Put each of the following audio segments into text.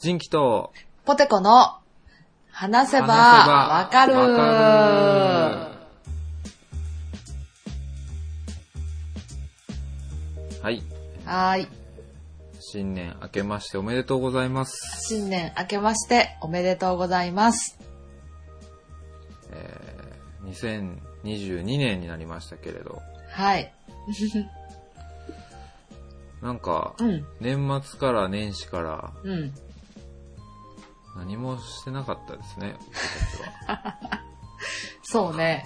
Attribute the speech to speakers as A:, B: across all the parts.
A: 人気と、
B: ポテコの話せば
A: 話せば
B: わかる
A: わかはい。
B: はーい。
A: 新年明けましておめでとうございます。
B: 新年明けましておめでとうございます。
A: 2022年になりましたけれど、
B: はい。
A: なんか、
B: うん。
A: 年末から年始から
B: うん。
A: 何もしてなかったですね、僕たちは。
B: そうね。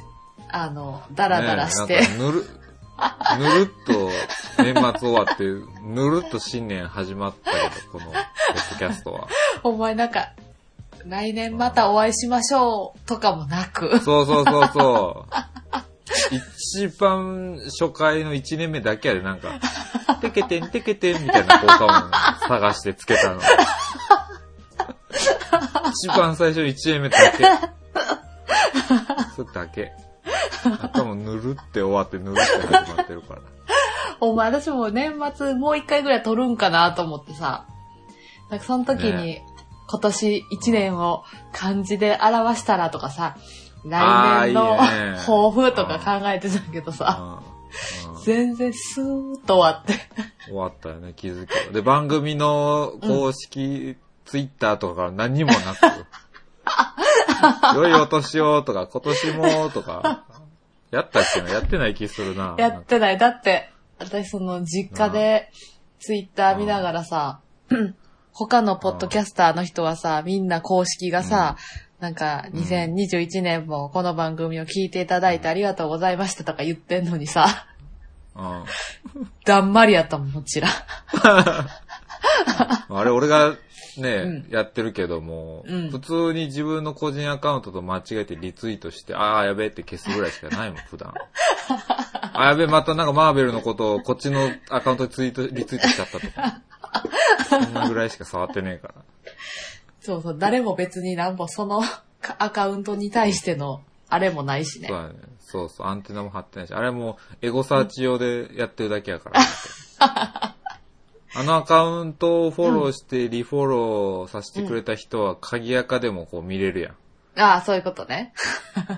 B: あの、ダラダラして。
A: ねえなんかぬる、ぬるっと年末終わって、ぬるっと新年始まったけど、このポッドキャストは。
B: お前なんか、来年またお会いしましょうとかもなく。
A: そうそうそうそう。一番初回の1年目だけやで、なんか、テケテンテケテンみたいな効果音探してつけたの。一番最初の1年目だけ。それだけ。あともうぬるって終わってぬるって始まってるから。
B: お前私も年末もう一回ぐらい撮るんかなと思ってさ。なんかその時に、
A: ね
B: 今年一年を漢字で表したらとかさ、
A: あー
B: 来年の
A: いいね
B: 抱負とか考えてたけどさ、
A: うんうん
B: 全然スーッと終わって。
A: 終わったよね、気づけば。で、番組の公式、ツイッターとかから何にも なく。良いお年をとか、今年もとか、やったっけなやってない気するな。
B: やってない。だって、私その実家でツイッター見ながらさ、 他のポッドキャスターの人はさ、みんな公式がさ、なんか
A: うん
B: 2021年もこの番組を聞いていただいてありがとうございましたとか言ってんのにさ、
A: うん
B: だんまりやったもん、こちら。
A: あれ、俺がね、
B: うん
A: やってるけども、
B: うん
A: 普通に自分の個人アカウントと間違えてリツイートして、ああ、やべえって消すぐらいしかないもん、普段。あ、やべえ、またなんかマーベルのことをこっちのアカウントでツイート、リツイートしちゃったとか。そんなぐらいしか触ってねえから。
B: そうそう、誰も別になんもその アカウントに対してのあれもないしね
A: そう。だね。そうそう、アンテナも張ってないし、あれもエゴサーチ用でやってるだけや から。あのアカウントをフォローしてリフォローさせてくれた人は鍵アカでもこう見れるやん。
B: ああ、そういうことね。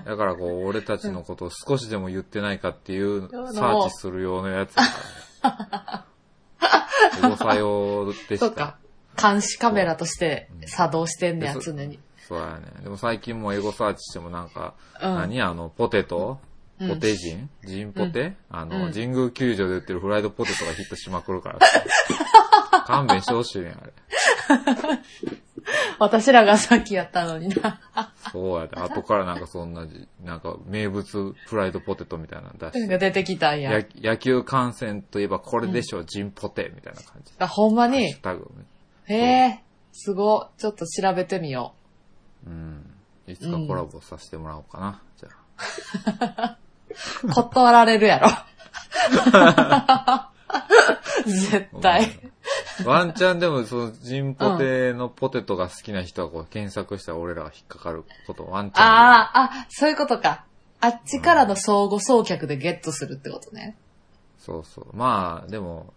A: だからこう、俺たちのことを少しでも言ってないかっていう
B: うん
A: サーチするようなやつや からね。エゴサ用で
B: そ
A: し
B: う
A: た。。
B: か監視カメラとして作動してんねや、
A: うん
B: 常に。
A: そうやね。でも最近もエゴサーチしてもなんか、
B: うん
A: 何あの、ポテト
B: うん
A: ポテジンジンポテあ
B: うん
A: の、神宮球場で売ってるフライドポテトがヒットしまくるから。 勘弁してほしいねん、あれ。
B: 私らがさっきやったのにな。
A: そうやで。後からなんかそんなじ、なんか名物フライドポテトみたいなの出
B: なん
A: して。
B: か出てきたんや。
A: や野球観戦といえばこれでしょ、ジンポテみたいな感じ。
B: あほんま
A: ハッ
B: に
A: シュ。タグ。
B: へえ、すご。ちょっと調べてみよ
A: うん。いつかコラボさせてもらおうかな。じゃあ。
B: う。断られる やろ。絶対。
A: ワンチャンでも、その、ジンポテのポテトが好きな人は、こう、検索したら俺らが引っかかること、ワンチャン。
B: ああ、あ、そういうことか。あっちからの相互送客でゲットするってことね。
A: そうそう。まあ、でも、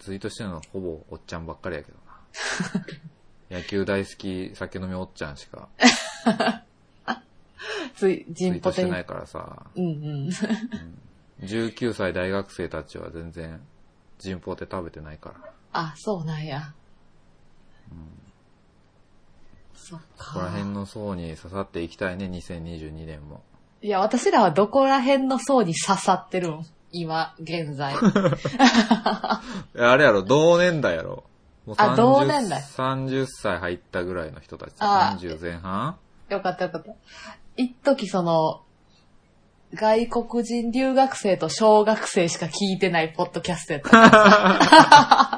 A: ツイートしてるのはほぼおっちゃんばっかりやけど な。野球大好き、酒飲みおっちゃんしか、
B: つい、
A: ツイ
B: ジ
A: ー
B: ンポ
A: トし
B: テ
A: て
B: に。
A: ないからさ、
B: うんうん。
A: 19歳大学生たちは全然、ジンポテ食べてないから。
B: あ、そうなんや。そっ
A: ここら
B: か。
A: 辺の層に刺さっていきたいね、2022年も。
B: いや、私らはどこら辺の層に刺さってるん今、現在。
A: いやあれやろ、同年代やろ。もう
B: あ
A: 30
B: 同年代
A: 30歳入ったぐらいの人たち。
B: あ
A: 30前半
B: よかったよかった。一時その、外国人留学生と小学生しか聞いてないポッドキャストや った。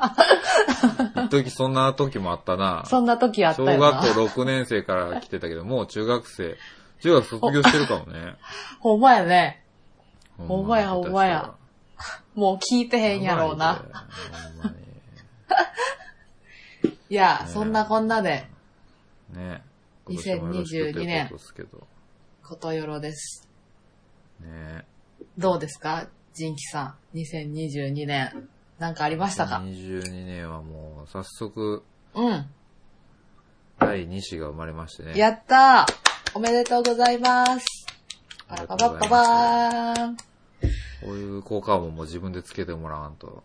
A: 一時そんな時もあったな。
B: そんな時あった
A: 小
B: よな。
A: 学校6年生から来てたけど、もう中学生、中学卒業してるかもね。
B: ほんまやね。
A: ほ
B: ほんまやほんまや。もう聞いてへんやろうな。
A: ほんまに。ほん
B: いや、
A: ね
B: そんなこんなで、
A: まにね。今年もよろしくということですけど。
B: ことよろです。
A: ね。
B: どうですかジンキさん。2022年。なんかありましたか
A: 22年はもう、早速、
B: うん。
A: 第2子が生まれましてね。
B: やったーおめでとうございます。
A: あ
B: パ
A: りが
B: ラパ
A: と
B: ラ
A: うご
B: ッ
A: ざ
B: パ
A: います
B: バーン。
A: こういう効果音も自分でつけてもらわんと。うん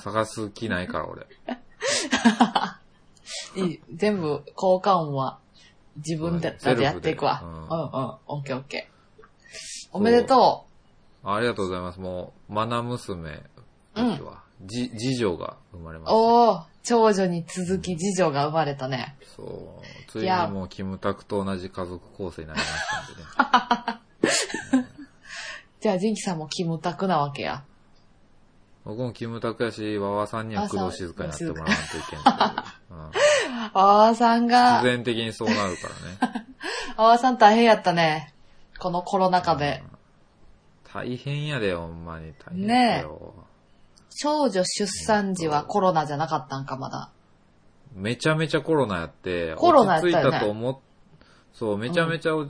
A: 探す気ないから、俺。
B: いい。全部、効果音は自分で
A: そうだね
B: やっていくわ。
A: セ
B: う
A: ル
B: ん
A: フで
B: うん。オッケーオッケー。おめでと
A: ありがとうございます。もう、まな娘ですわ。じ、次女が生まれ
B: う
A: ま。し
B: おー、長女に続き次女が生まれたね。
A: た。そう。つい
B: い
A: に
B: や
A: もう、キムタクと同じ家族構成になりました んでね。
B: じゃあ、ジンキさんもキムタクなわけや。
A: 僕もキムタクやし、和和さんには工藤静香になってもらわんといけん け
B: あわさん
A: ど。うん。
B: が
A: 必、然的にそうなるからね。
B: あわさん大変やったね。このコロナ禍で。
A: うん大変やで、ほんまに。大変だよ。
B: 少女出産時はコロナじゃなかったんか、まだ。
A: めちゃめちゃコロナやって、
B: コロナや
A: 落
B: った
A: ち着い
B: よね
A: たと思っ、そう、めちゃめちゃお、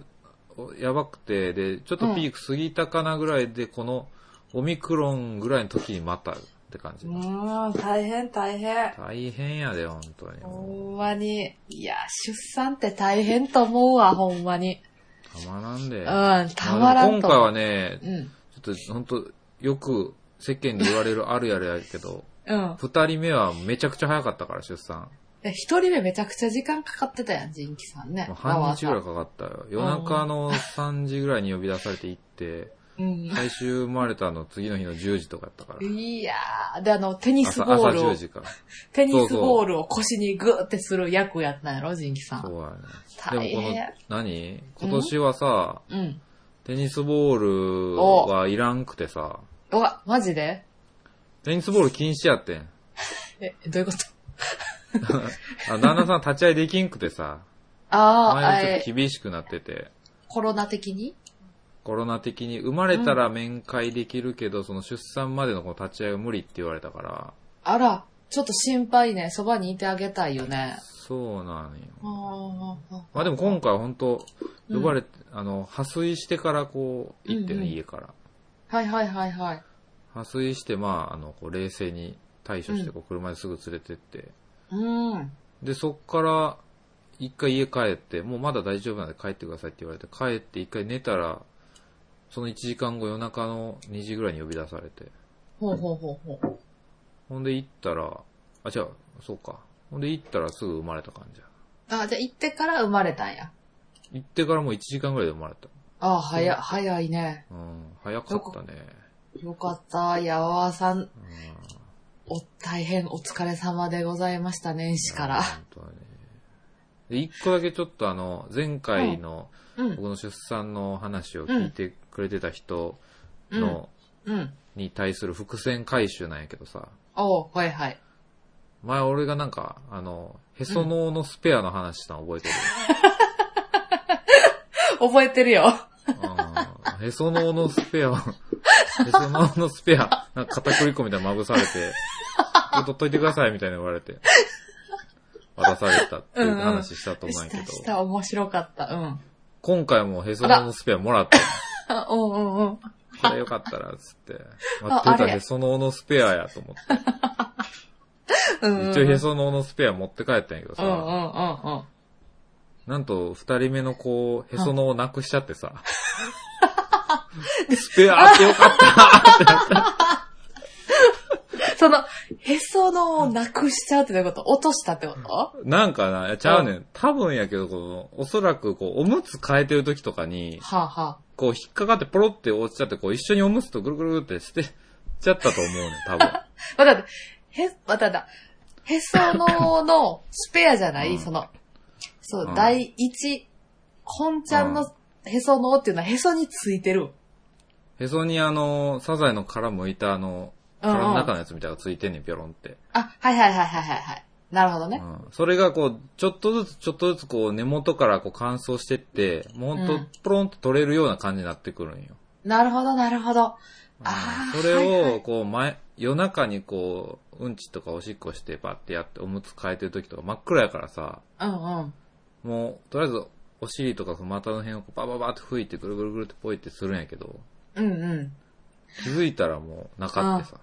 A: おやばくて、で、ちょっとピーク過ぎたかなぐらいで、このオミクロンぐらいの時にまたって感じ。
B: ーん、大変大変。
A: 大変やで、本当に。
B: ほ
A: も
B: んまに。いや、出産って大変と思うわ、ほんまに。
A: うたまらんで。
B: うん、
A: まあ
B: たまらんと
A: 今回
B: 思う。
A: はね、
B: うん。
A: ちょっと本当よく世間で言われるあるやるやけど、
B: うん。
A: 二人目はめちゃくちゃ早かったから、出産。
B: え一人目めちゃくちゃ時間かかってたやん、ジンキさんね。
A: もう半日ぐらい
B: わ
A: かかったよ。夜中の3時ぐらいに呼び出されて行って、
B: わさ
A: 最終生まれたの次の日の10時とかやったから
B: う。ん。いやー、で、あの、テニス
A: 朝
B: ボ
A: 朝
B: ール
A: 10
B: を、
A: 時から。
B: テニスボールを腰にグーってする役やったんやろ、ジンキさ
A: そ
B: ん。
A: うやね。
B: 大変
A: でもこの、何今年はさ、
B: うん。
A: テニスボールはいらんくてさ、
B: うわ、マジで
A: テニスボール禁止やってん。
B: え、どういうこと
A: あ旦那さん立ち会いできんくてさ、
B: あー、あ
A: 前より
B: え
A: ちょっと厳しくなってて、
B: コロナ的に
A: コロナ的に生まれたら面会できるけど、その出産までのこの立ち会いは無理って言われたから、
B: あら、ちょっと心配ね。そばにいてあげたいよね。
A: そうなんよ。ま
B: ま
A: あでも今回は本当
B: うん
A: 呼ばれて、あの、破水してからこう、行ってね、
B: うんうん
A: 家から。
B: はいはいはいはい。
A: 破水して、まあ、あの、こう冷静に対処して、こう、車ですぐ連れてって。
B: うん。
A: で、そっから、一回家帰って、もうまだ大丈夫なんで帰ってくださいって言われて、帰って一回寝たら、その1時間後夜中の2時ぐらいに呼び出されて。
B: ほうほうほうほう。
A: ほんで行ったら、あ、違う、そうか。ほんで行ったらすぐ生まれた感じや。
B: あ、じゃあ行ってから生まれたんや。
A: 行ってからもう1時間ぐらいで生まれた。
B: あ早、早いね。
A: うん、早かったね。
B: よかった。やわさん、
A: うん
B: お、大変お疲れ様でございました、年始から。
A: 本当にで、一個だけちょっとあの、前回の
B: うん。
A: 僕の出産の話を聞いてくれてた人の、
B: うん。
A: に対する伏線回収なんやけどさ、
B: おう、はいはい。
A: 前俺がなんか、あの、へその緒のスペアの話したの覚えてる、
B: 覚えてるよ。
A: うんへその緒のスペアを、へ その緒のスペア、なんか片栗粉みたいなのまぶされて、これ取っといてくださいみたいな言われて、渡されたっていう話したと思うんや
B: し
A: けど
B: た、した、面白かった。うん。
A: 今回もへその緒のスペアもら った。
B: あうんうんうん。
A: これよかったら、つって。
B: あ
A: 待って
B: あ
A: た
B: れ
A: へその緒のスペアやと思って。
B: うんうん。
A: 一応へその緒のスペア持って帰ったんやけど
B: うんうんうん
A: さ、
B: うん。
A: なんと二人目の子、へその緒なくしちゃってさ、スペアあってよかった
B: その、へそのをなくしちゃうってどういうこと落としたってこと
A: なんかな、いやちゃうねん。多分やけど、この、おそらくこう、おむつ変えてる時とかに、
B: はあ、は
A: こう引っかかってポロって落ちちゃって、こう一緒におむつとぐるぐるぐるって捨てちゃったと思うねん、多 分。
B: あ、だって、へ、まただ、へそののスペアじゃな
A: う
B: い、
A: ん
B: その、そうう、
A: ん
B: 第一、本ちゃんのへそのっていうのはへそについてる。
A: へそにあの、サザエの殻剥いたあの、
B: うん、うん。
A: 殻の中
B: あ、
A: のやつみたいなのがついてんねん、ぴょろんって。
B: はいはいはいはいはいはい。なるほどね。
A: うんそれがこう、ちょっとずつちょっとずつこう根元からこう乾燥してって、もうほん
B: う
A: と
B: ん
A: ポロンと取れるような感じになってくるんよ。
B: なるほどなるほど。
A: うん
B: あー
A: それ
B: はいは
A: を
B: い
A: こう前、夜中にこう、うんちとかおしっこしてバッてやっておむつ変えてる時とか真っ暗やからさ、
B: うんうん。
A: もうとりあえずお尻とかその股の辺をこうバババって吹いてぐるぐるぐるってポイってするんやけど、
B: うんうん。
A: 気づいたらもうなかってさ、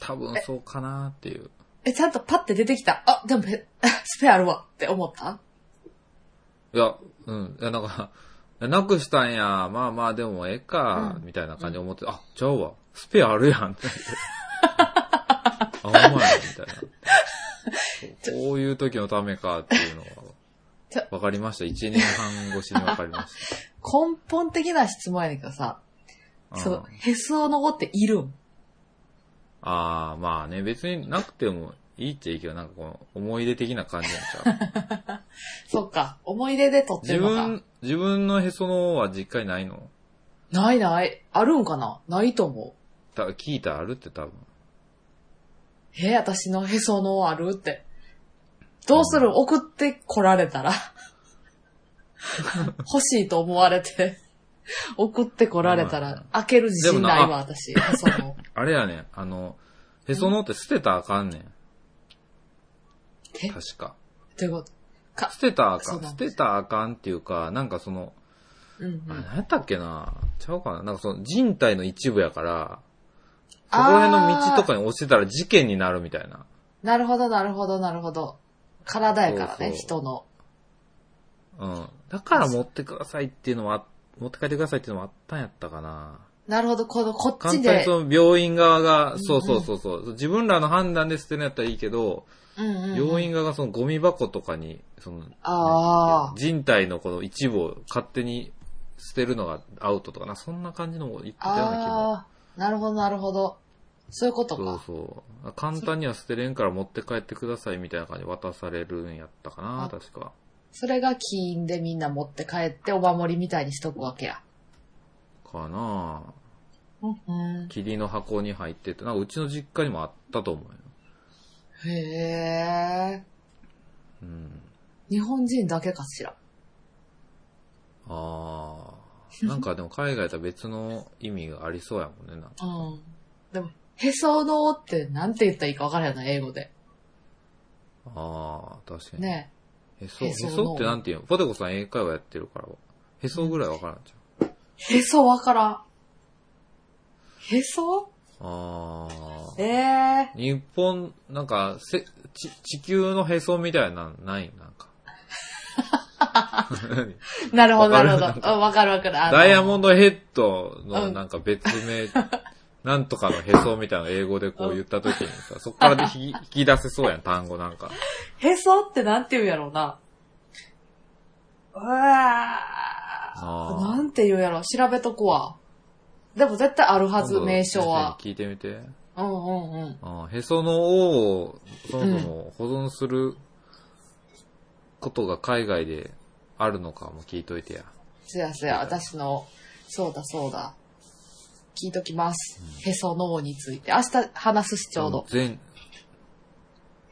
A: 多分そうかなーっていう。
B: え、ちゃんとパッて出てきた。あ、でも、 へスペアあるわって思った
A: いや、うん。いや、なんか、なくしたんや。まあまあ、でもええか、みたいな感じで思って、あ、ちゃうわ。スペアあるや んって。あ、ほんまや、みたいな。そうこういう時のためかっていうのは
B: ちょ、
A: わかりました。一年半越しにわかりまし
B: 根本的な質問やねんけどさ、
A: た。
B: そ
A: うん
B: の、へその子っているん
A: ああ、まあね、別になくてもいいっちゃいいけど、なんかこの思い出的な感じ なんちゃう。
B: そっか、思い出で撮って
A: 自
B: るのか。
A: 分、自分のへその緒は実家にないの
B: ないない。あるんかなないと思う。
A: た聞いたらあるって多分。
B: え、私のへその緒あるって。どうする
A: うん
B: 送って来られ たら。欲しいと思われて。送って来られた
A: うん
B: ら、開ける自信ない
A: でも
B: わ、私。へその緒。
A: あれやねん、あの、へその緒って捨てたらあかんねん。
B: え
A: 確か。
B: ということ。
A: 捨てたらあか。
B: そうんなん
A: 捨
B: です
A: てたらあかんっていうか、なんかその、
B: うんうん。
A: あ何やったっけなちゃうかななんかその人体の一部やから、そこら辺の道とかに落ちてたら事件になるみたいな。
B: なるほど、なるほど、なるほど。体やからね、
A: そうそう
B: 人の。
A: うん。だから持ってくださいっていうのは、持って帰ってくださいっていうのもあったんやったかな。
B: なるほど、この、こっ
A: 簡
B: ち
A: 単に
B: で。
A: その病院側
B: うんう
A: が、
B: ん
A: そうそうそうそう、自分らの判断で捨てるんやったらいいけど、
B: うんうんうん
A: 病院側がそのゴミ箱とかに、その、
B: ああ。
A: 人体のこの一部を勝手に捨てるのがアウトとかな、そんな感じのを言ってたような気も。
B: ああ。なるほど、なるほど。そういうこと
A: そう
B: か。
A: そう。簡単には捨てれんから持って帰ってくださいみたいな感じで渡されるんやったかな
B: あ、
A: 確か。
B: それが起因でみんな持って帰ってお守りみたいにしとくわけや。
A: かな
B: うんうん。
A: 霧の箱に入ってて、なんかうちの実家にもあったと思うよ。
B: へえ。
A: うん。
B: 日本人だけかしら。
A: ああ。なんかでも海外とは別の意味がありそうやもんね、なんか。
B: うん。でも、へその緒ってなんて言ったらいいか分からへんな、英語で。
A: ああ、確かに。
B: ね
A: へそ、へ
B: へその
A: そってなんていうのポテコさん英会話やってるから、へそぐらいわからんじゃん。
B: え。へそ分からん。へそ
A: ああ。
B: ええ
A: 日本、なんか、せ、ち、地球のへそみたいなん、ないなんか。
B: なるほど、
A: わか
B: な
A: る
B: るほど。うん分かる分かる。あの
A: ダイヤモンドヘッドの
B: うん
A: なんか別名、なんとかのへそみたいな英語でこう言った時に さ、そこからで引き引き出せそうやん、単語なんか。
B: へそってなんて言うんやろうな。うわー。な
A: あ
B: んて言うんやろう。調べとこわ。でも絶対ある
A: あ
B: はず、名称は。
A: 聞いてみて。
B: うんうんうん。
A: あーへその緒を、そもそも保存することが海外であるのかも聞いといてや。
B: すやすや、私の、そうだそうだ。聞いときます。へその緒について。明日話すし、ちょうど。
A: 全、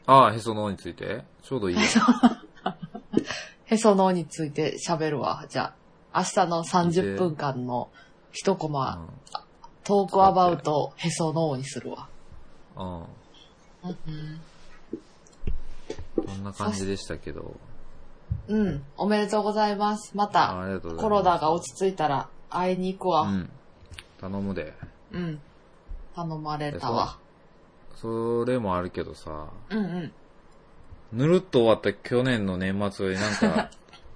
A: ああ、へその緒についてちょうどいいや。
B: へその緒について喋るわ。じゃあ、明日の30分間の一コマ、
A: う
B: トークアバウト、へその緒にするわ。
A: ん。うん
B: うんうん
A: こんな感じでしたけど。
B: うん。おめでとうございます。ま
A: ああ
B: た、
A: りがとうござ
B: コ
A: います。
B: ロナが落ち着いたら会いに行く
A: う
B: わ。
A: ん。頼むで。
B: うん。頼まれたわ。
A: それもあるけどさ、
B: うんうん。
A: ぬるっと終わった去年の年末になん か、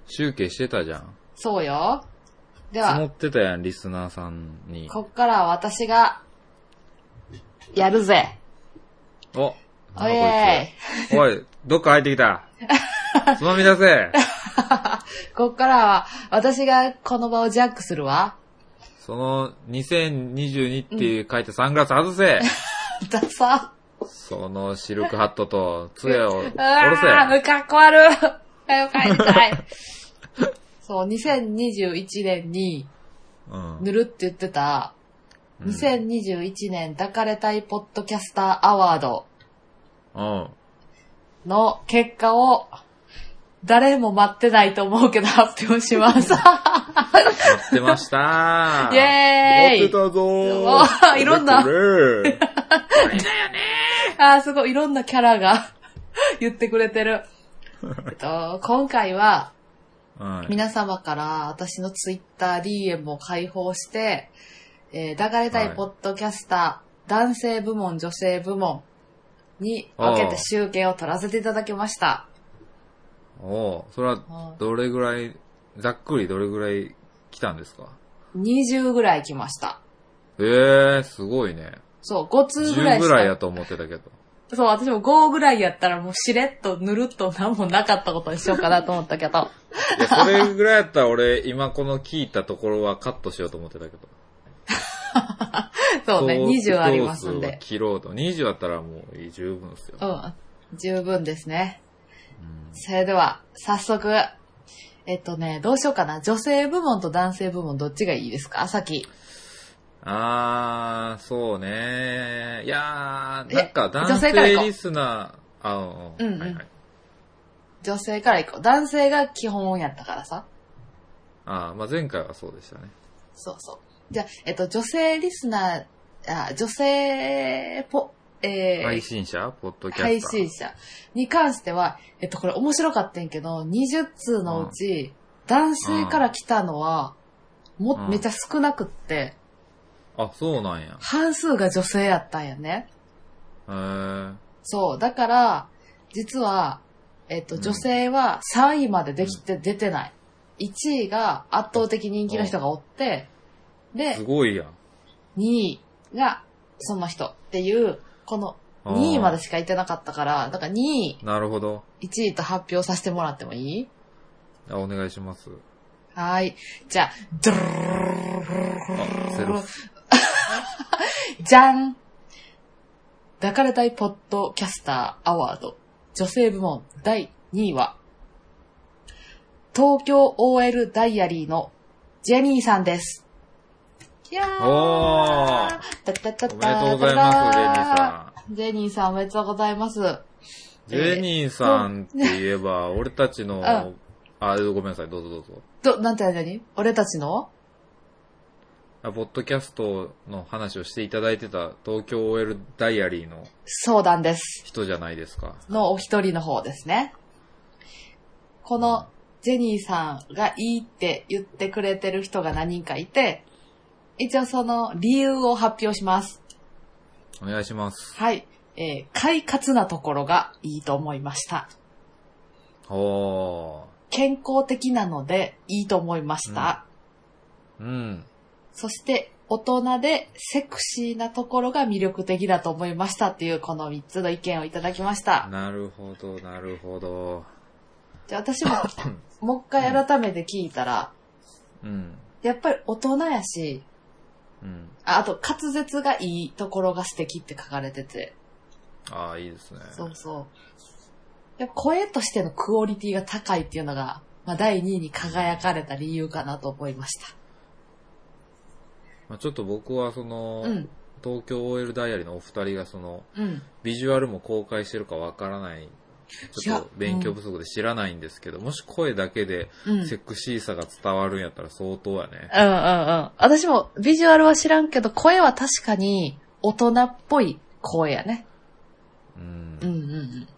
A: 集計してたじゃん。
B: そうよ。では
A: 積も、ってたやん、リスナーさんに。
B: こっからは私が、やるぜ。
A: お
B: おえ
A: いおい、どっか入ってき た。つまみ出せ。
B: い。こっからは私がこの場をジャックするわ。
A: その、2022って書いてサングラス外 せ。
B: ダサ。
A: そのシルクハットと杖を下ろ
B: うわー、
A: せ。
B: むかっこ悪い。早く帰 りたい。そう、2021年に
A: うん
B: ぬるって言って
A: う
B: た、
A: ん
B: 2021年抱かれたいポッドキャスターアワード
A: うん。
B: の結果を、誰も待ってないと思うけど発表します。
A: 待ってましたー。
B: イエーイ
A: 待ってたぞー
B: わーいろんな
A: これこれ
B: あーすごい、いろんなキャラが 言ってくれ てる。えっと、今回は、
A: はい
B: 皆様から私のツイッター DM を開放して、えー抱かれた
A: はい
B: いポッドキャスター、男性部門、女性部門、に分けて集計を取らせていただきました。
A: おうそれは、どれぐらい、ざっくりどれぐらい来たんですか
B: 20ぐらい来ました。
A: ええー、すごいね。
B: そう、5通ぐらい
A: 10ぐ
B: し
A: らいや
B: か。
A: と思ってたけど。
B: そう、私も5ぐらいやったらもうしれっとぬるっと何もなかったことにしようかなと思った けど。
A: いや、それぐらいやったら俺、今この聞いたところはカットしようと思ってたけど。
B: そうね、
A: トーク
B: 20ありますん
A: トークは
B: で。
A: 切ろうと。20だったらもう十分ですよ。
B: うん。十分ですね。
A: うん
B: それでは、早速。えっとね、どうしようかな。女性部門と男性部門どっちがいいですかさき。
A: あー、そうねいやー、
B: え
A: なんか男
B: 女性から行こ
A: 性
B: う
A: リスナー、あ、
B: うんうん
A: はいはい。
B: 女性から行こう。男性が基本やったからさ。
A: あー、まあ前回はそうでしたね。
B: そうそう。じゃあ、えっと、女性リスナー、あ女性ポ、えー
A: 配信者ポッドキャスター。
B: 配信者に関しては、えっと、これ面白かったんやけど、20通のうち、男性から来たのは、
A: う
B: も、
A: ん
B: めっちゃ少なくって、
A: あ、そうなんや。
B: 半数が女性やったんやね。
A: へー。
B: そう。だから、実は、えっと、
A: うん
B: 女性は3位までできて出てない。1位が圧倒的人気の人がおって、で、
A: すごいやん。
B: 2位がその人っていう、この
A: あー
B: 2位までしかいてなかったから、だから2位、
A: なるほど。
B: 1位と発表させてもらってもいい
A: あ、お願いします。
B: はーい。じゃあ、ドゥルルルルル
A: あ、セルフ。
B: じゃん抱かれたいポッドキャスターアワード女性部門第2位は、東京 OL ダイアリーのジェニーさんです。いやー
A: おー
B: たたたた
A: おめでとうございます、ジェニーさん。
B: ん。ジェニーさんおめでとうございます。
A: ジェニーさんって言えば、俺たちの、
B: ん
A: あ、ごめんなさい、どうぞどうぞ。
B: ど、なんて何々俺たちの
A: あポッドキャストの話をしていただいてた東京 OL ダイアリーの
B: 相談です。
A: 人じゃないですか。
B: のお一人の方ですね。このジェニーさんがいいって言ってくれてる人が何人かいて、一応その理由を発表します。
A: お願いします。
B: はい。えー、快活なところがいいと思いました。
A: お
B: 健康的なのでいいと思いました。
A: ー。うん。
B: そして、大人でセクシーなところが魅力的だと思いましたっていうこの3つの意見をいただきました。
A: なるほど、なるほど。
B: じゃあ 私も、もう一回改めて聞いたら、
A: うん。
B: やっぱり大人やし、
A: うん。
B: ああと、滑舌がいいところが素敵って書かれてて。
A: ああ、いいですね。
B: そうそう。やっぱ声としてのクオリティが高いっていうのが、まあ、第2位に輝かれた理由かなと思いました。
A: まあ、ちょっと僕はその、
B: うん、
A: 東京 OL ダイアリーのお二人がその、
B: うん。
A: ビジュアルも公開してるかわからない。ちょっと勉強不足で知らないんですけど、もし声だけで
B: うん。うんうん
A: セクシーさが伝わるんやったら相当やね。
B: うん。私もビジュアルは知らんけど、声は確かに大人っぽい声やね。
A: うん
B: うんうんうん。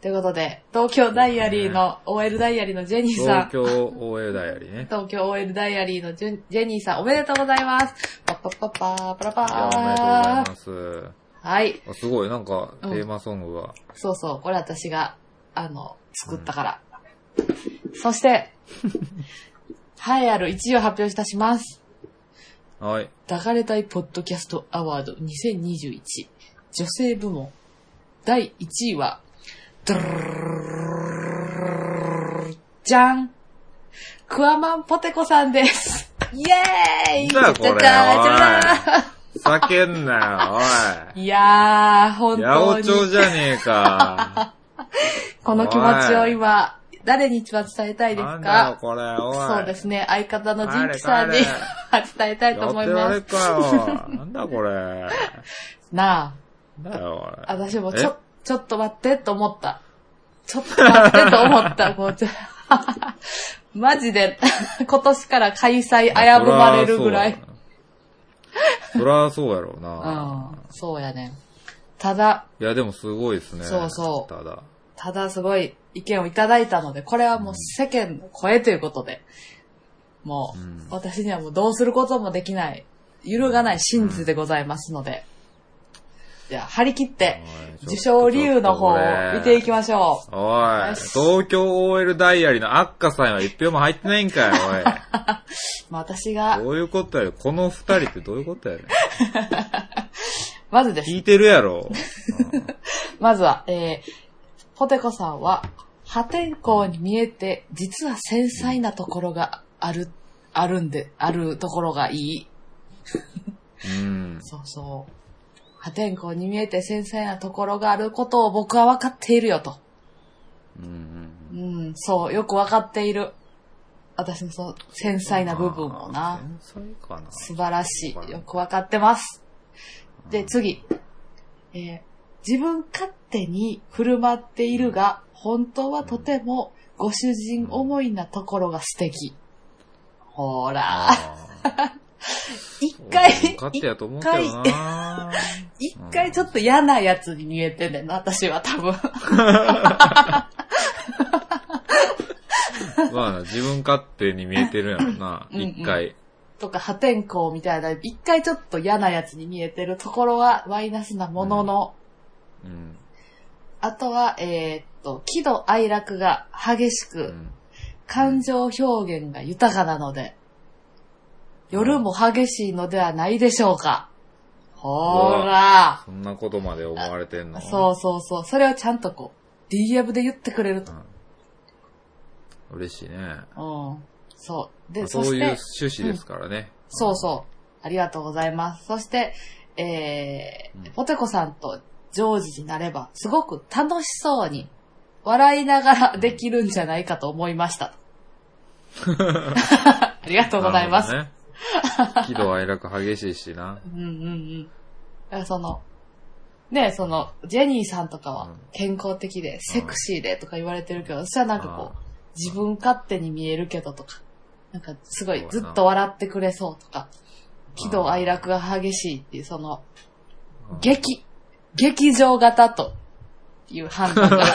B: ということで、東京ダイアリーの、OL ダイアリーのジェニーさ
A: 東。
B: ん
A: 京 OL ダイアリーね。
B: 東京 OL ダイアリーのジュジェニーさん、おめでとうございます。パッパッパッパー、パラパ
A: いや、おめでとうござい
B: ー。
A: ます。
B: はい。
A: あすごい、なんか、テ
B: うん
A: ーマソングが。
B: そうそう、これ私が、あの、作ったから。そして、栄えある1位を発表いたします。
A: はい。
B: 抱かれたいポッドキャストアワード2021女性部門第1位は、ドゥルルルルルルルじゃんクワマンポテコさんですイエーイ
A: なんだこれ
B: じゃじゃーん
A: 叫ん なよ、
B: いやー、
A: お
B: 本
A: い。八
B: 当
A: 百長
B: に、
A: じゃねえ か。
B: この気持ちを今、誰に一番伝えたいです
A: なんだよ、
B: か
A: これ、おい。
B: そうですね、相方のジンキさんに
A: 帰れ
B: 伝えたいと
A: や
B: 思
A: っ
B: い
A: てら
B: ま
A: れっ
B: す。
A: か よ。なんだこれ。なん
B: な
A: だよ、こ
B: あ、
A: れ。
B: 私もち
A: え
B: ょ、ちょっと待ってと思った。ちょっと待ってと思 った、こうちょマジで、 今年から開催危ぶまれるぐらい。
A: そりゃそうやろう
B: う
A: な。
B: ん、そうやね。ただ、
A: いや、でもすごいですね。
B: そうそう
A: ただ。
B: ただすごい意見をいただいたので、これはもう世間の声ということで、もう、
A: うん
B: 私にはもうどうすることもできない、揺るがない真実でございますので、じゃあ、張り切って、受賞理由の方を見ていき
A: ま
B: ましょう。
A: おい、
B: よし
A: 東京 OL ダイアリーのアッカさんは一票も入ってないんかい、
B: まあ、私
A: おい。
B: が、
A: どういうことやよ。この二人ってどういうことやね
B: まずです
A: 聞いてるやろ。
B: まずは、えー、ポテコさんは、破天荒に見えて、実は繊細なところがある、あるんで、あるところがいい。
A: うん。
B: そうそう。破天荒に見えて繊細なところがあることを僕は分かっているよと。
A: うんうん
B: うん、そう、よく分かっている。私のその繊細な部分をな。。
A: 繊細かな。
B: 素晴らしい。よくわかってます。で、次。えー自分勝手に振る舞っているが、本当はとてもご主人思いなところが素敵。ほら、
A: あ
B: 一
A: ー
B: 回、
A: 勝手やと思うけどな。
B: 一回ちょっと嫌なやつに見えてんねんな、私は多分。
A: まあな、自分勝手に見えてるやろな。
B: うんうん
A: 一回。
B: とか破天荒みたいな、一回ちょっと嫌なやつに見えてるところはマイナスなものの、
A: うん。
B: あとは、えーっと、喜怒哀楽が激し
A: う
B: く、
A: ん
B: 感情表現が豊かなので、夜も激しいのではないでしょうか。ほーら。
A: そんなことまで思われてんの
B: そうそうそう。それをちゃんとこう、DM で言ってくれると。
A: うん。嬉しいね。
B: うん。そう。
A: ま
B: で、
A: あそ
B: そ
A: う
B: し
A: いう
B: て、
A: 趣旨ですからね。
B: そうそう。ありがとうございます。そして、えー
A: うん
B: ポテコさんと常時になれば、すごく楽しそうに、笑いながらできるんじゃないかと思いま した。ありがとうございます。
A: なるほどね。喜怒哀楽激しいしな。
B: うんうんうん。だからその、ねその、ジェニーさんとか
A: うん
B: は健康的で、セクシーでとか言われてるけど、私はなんかこう、自分勝手に見えるけどとか、なんかすごいずっと笑ってくれそうとか、喜怒哀楽が激しいっていう、その、
A: うん
B: 劇、劇場型という判断が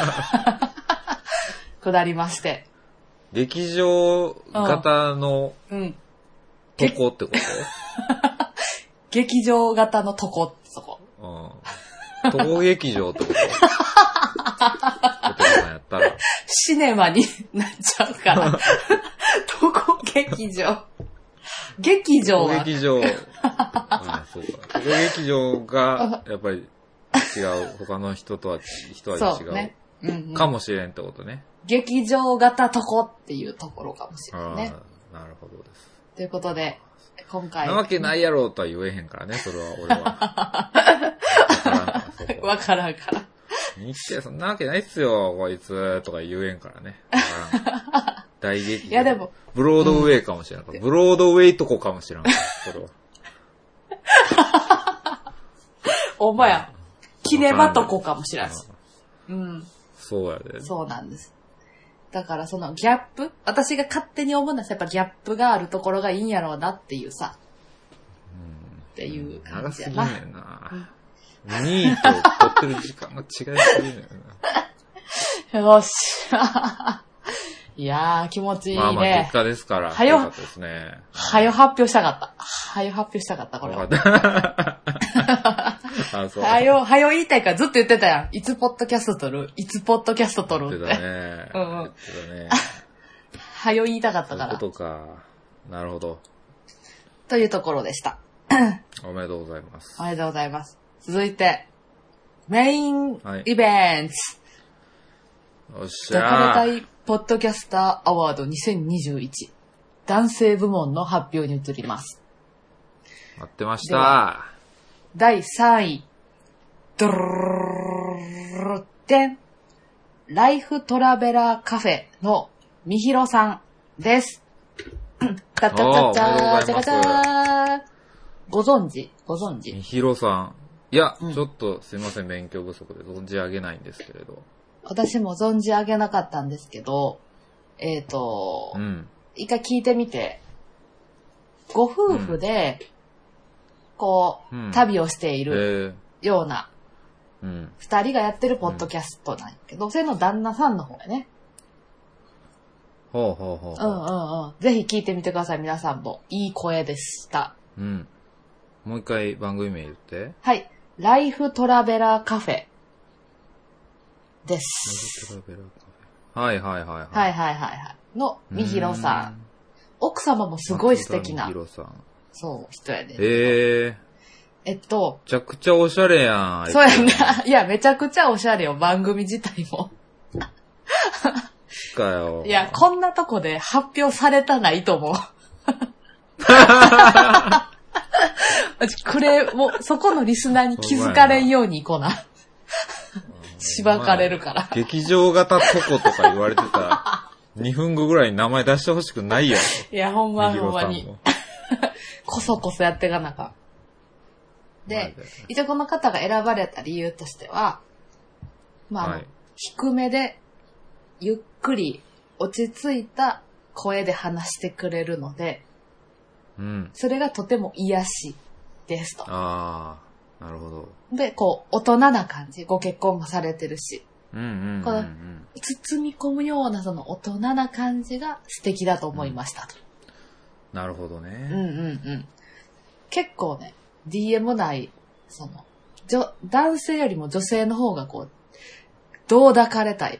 B: 下りまして。
A: 劇場型の
B: うん。
A: とこ ってこ
B: 劇場型のとこってそこ。
A: とうん。とこ劇場 ってことお父さんやったら。
B: シネマに なっちゃうから。どこ劇場劇場
A: とこ
B: は、
A: 劇 場。うん、そうか。とこ劇場が、やっぱり違う。他の人とは、人は
B: そ
A: 違
B: う
A: う。
B: ね。うんうん
A: かもしれんってことね。
B: 劇場型とこっていうところかもしれ
A: あ
B: ない
A: あ
B: ね。
A: なるほどです。
B: ということで、今回。
A: なわけないやろとは言えへんからね、それは俺 は。わからんからそこは
B: わからんから。
A: 日程そんなわけないっすよ、こいつ、とか言えんからね。わからん大劇場
B: いやでも。
A: ブロードウェイかもしれんから、ブロードウェイとこかもしれんから。それ は。
B: お前や、キネマとこかもしれない
A: うん
B: うん。
A: そうやで。
B: そうなんです。だからそのギャップ私が勝手に思うのはやっぱギャップがあるところがいいんやろうなっていうさ、
A: うん
B: っていう感
A: 長
B: じ
A: す
B: や
A: ぎん
B: な。
A: ねんな。2位と撮ってる時間が違いすぎんねん な。
B: よし。 いやー、気持ちいいね。
A: まあまあ結果ですから。
B: はよ
A: 良かったですね。
B: はよ発表したかった。はよ発表したかった、これ
A: よ
B: は。
A: かった。 あ、そう。
B: はよ、はよ言いたいからずっと言ってたやん。いつポッドキャスト撮るいつポッドキャスト撮
A: 言っ
B: る
A: て
B: ったて。
A: ね。
B: うんうん
A: 言ってたね。
B: はよ言いたかっ
A: そ
B: た
A: うい
B: か
A: うこと
B: ら。
A: か。なるほど。
B: というところでした。
A: おめでとうございます
B: お。めでとうございます。続いて、メイン
A: はい
B: イベント。
A: よっし
B: ドカ
A: ゃ
B: レタイポッドキャスターアワード2021男性部門の発表に移ります。
A: 待ってまし
B: で
A: た。
B: 第3位。ドゥルルルルルルテン。ライフトラベラーカフェのみひろさんです。チャチャチャチャチャチャご存知ご存
A: み
B: 知
A: ひろさん。いや、
B: うん
A: ちょっとすいません、勉強不足で存じ上げないんですけれど。
B: 私も存じ上げなかったんですけど、えっ、と、
A: うん。
B: 一回聞いてみて、ご夫婦で、こう、
A: うん
B: 旅をしてい
A: へ
B: る
A: え。
B: ような、
A: うん。
B: 二人がやってるポッドキャストなんやけど、それの旦那さんの方やね。
A: ほうほうほう
B: うんうん
A: ほ
B: うん。ぜひ聞いてみてください、皆さんも。いい声でした。
A: う。うん。もう一回番組名言って。
B: はい。ライフトラベラーカフェ
A: ラ
B: で
A: イ
B: す。
A: フトラベラーカフェはいはいはいはい。
B: はいはいはいはい。の、みひろさん。
A: う
B: 奥様もすごい素敵な
A: 松田、美弘さん。
B: そう、人やね。
A: ええー、め
B: えっと、
A: ちゃくちゃおしゃれやん。
B: そうやんな。いや、めちゃくちゃおしゃれよ、番組自体も。
A: かよ。
B: いや、こんなとこで発表されたないと思う。 私これ、もう、そこのリスナーに気づかれんように行こうな。しばかれるから。
A: 劇場型とことか言われて た、2分後ぐらいに名前出してほしくないや
B: いや、ほん
A: ろ。
B: ま
A: みひ
B: ほん
A: ろ
B: ま
A: さん
B: に。
A: も。
B: こそこそやっていかなあかん。
A: はい
B: で、一応この方が選ばれた理由としては、まああの、
A: はい
B: 低めで、ゆっくり、落ち着いた声で話してくれるので、
A: うん。
B: それがとても癒しですと。
A: ああ、なるほど。
B: で、こう、大人な感じ。ご結婚もされてるし、
A: うんうんうん、
B: こ
A: う
B: の
A: ん。
B: 包み込むようなその大人な感じが素敵だと思いましたと。
A: なるほど
B: うん
A: ね。
B: うんうん。結構ね、DM 内、その、女、男性よりも女性の方がこう、どう抱かれたい。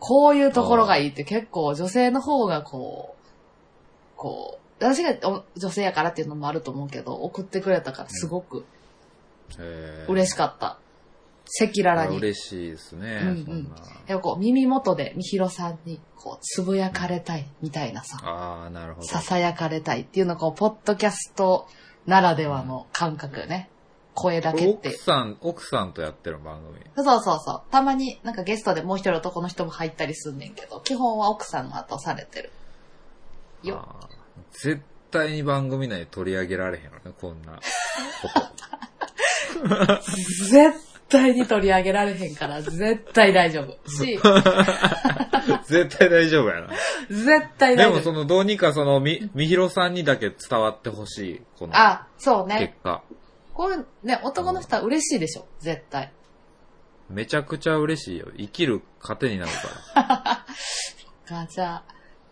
B: こういうところがいいって結構女性の方がこう、こう、私がお女性やからっていうのもあると思うけど、送ってくれたからすごく
A: えー
B: 嬉しかった。赤裸々
A: これ
B: に。
A: 嬉しいですね。
B: うんうん
A: そんな。
B: でもこう耳元でみひろさんにこう、つぶやかれたいみたいなさ、
A: ああ、なるほど。
B: ささやかれたいっていうのがこう、ポッドキャストならではの感覚ね。声だ
A: こ
B: け
A: れ
B: ってい
A: 奥
B: う。
A: さん、奥さんとやってる番組。
B: そうそうそう。たまになんかゲストでもう一人男の人も入ったりすんねんけど、基本は奥さんが後されてる。よ。
A: あー絶対に番組内で取り上げられへんよね、こんな こと。
B: 絶対に取り上げられへんから、絶対大丈夫。し、
A: 絶対大丈夫やな。
B: 絶対
A: で
B: 大
A: も
B: 丈
A: そ
B: 夫。
A: の、どうにかその、み、みひろさんにだけ伝わってほしい、この
B: あ、そう
A: 結
B: ね。
A: 果。
B: こういう、ね、男の人は嬉しいでしょ。絶対。
A: めちゃくちゃ嬉しいよ。生きる糧になるから。
B: が、じゃあ、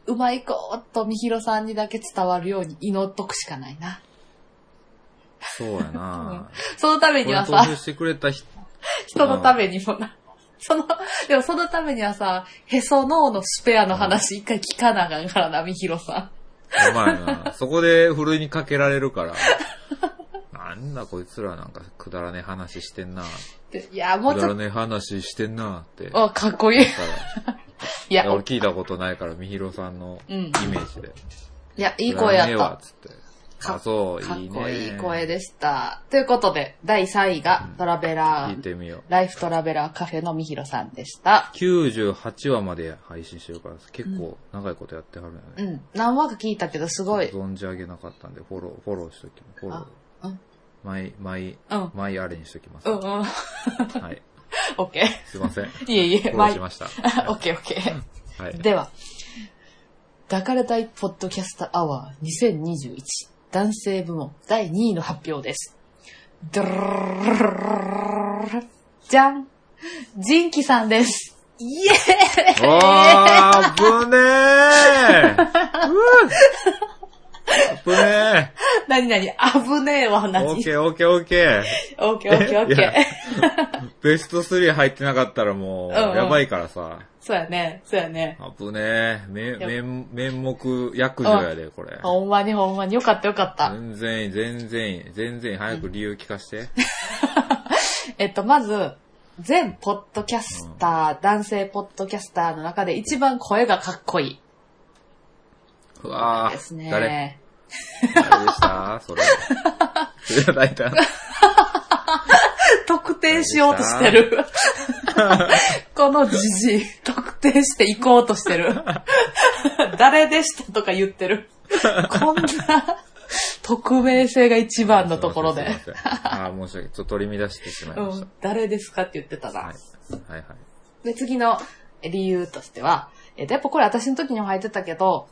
B: うまいこと、みひろさんにだけ伝わるように祈っとくしかないな。
A: そうやな
B: そのため
A: こ
B: に
A: れ
B: は
A: 投
B: さ
A: 票、してくれた人、
B: 人のためにもな。 その、でもそのためにはさ、へその緒のスペアの話一回聞かなあかんからな、みひろさ
A: お前なそこでふるいにかけられるから。 なんだこいつらなんかくだらねえ話してんな。
B: んで。いや、もう
A: く
B: ち
A: だ
B: ょ
A: ら
B: っ
A: ねえ話してんなって。
B: と、あかっこいい。い
A: い
B: や
A: や、、俺聞いたことないから、みひろさんの
B: う
A: イ
B: ん
A: メージで。
B: いや、いい声
A: くだら
B: や
A: ねえ
B: っ
A: わ
B: た。
A: つって。
B: か
A: あ、そう、
B: かっ
A: いいね。
B: こいい声でした。ということで、第3位が、トラベラ
A: 聞い
B: ー、
A: てみよう。
B: ライフトラベラーカフェのみひろさんでした。
A: 98話まで配信してるから、結構長いことやってはるよね。
B: うん。何話か聞いたけど、すごい。
A: 存じ上げなかったんで、フォロー、フォローしときます。フォロ
B: あう
A: ー
B: ん。
A: マイ、マイ、
B: うん。
A: マイあれにしときます。
B: うんうん。
A: は い。
B: オッケー。
A: すいません。い
B: いえいえ
A: フォローしました。
B: オッケーオッケー。
A: はい。
B: では、抱かれたいポッドキャストアワー2021男性部門第2位の発表です。ドルルルルルルルじゃんジンキさんですイエーイ
A: おー、ぶね ーうーぶね
B: なになに危ねえわ、な
A: ー
B: に
A: オッケーオッケーオッケ
B: オッケーオッケーオッ
A: い
B: ケ
A: や
B: ー。
A: ー。ベスト3入ってなかったらもう、
B: うんうん
A: やばいからさ。
B: そうやね、そうやね。
A: あぶねえ。め、
B: や
A: めん、面目、薬女やで、これ。
B: ほんまにほんまによかったよかった。
A: 全然いい、全然いい、全然いい。早く理由聞か して。
B: えっと、まず、全ポッドキャスター、男性ポッドキャスターの中で一番声がかっこいい。
A: うわ
B: です
A: ぁ、誰
B: ね。
A: 誰でした それ。それ大体。
B: 特定しようとしてる。 このじじい、特定していこうとしてる。 誰でしたとか言ってる。こんな、匿名性が一番のところで。
A: すいません。すいませんあー申し訳ない。ちょっと取り乱してしまいうました
B: ん。、誰ですかって言ってたな。
A: はい。はいはい。
B: で、次の理由としては、えっと、やっぱこれ私の時にも入ってたけど、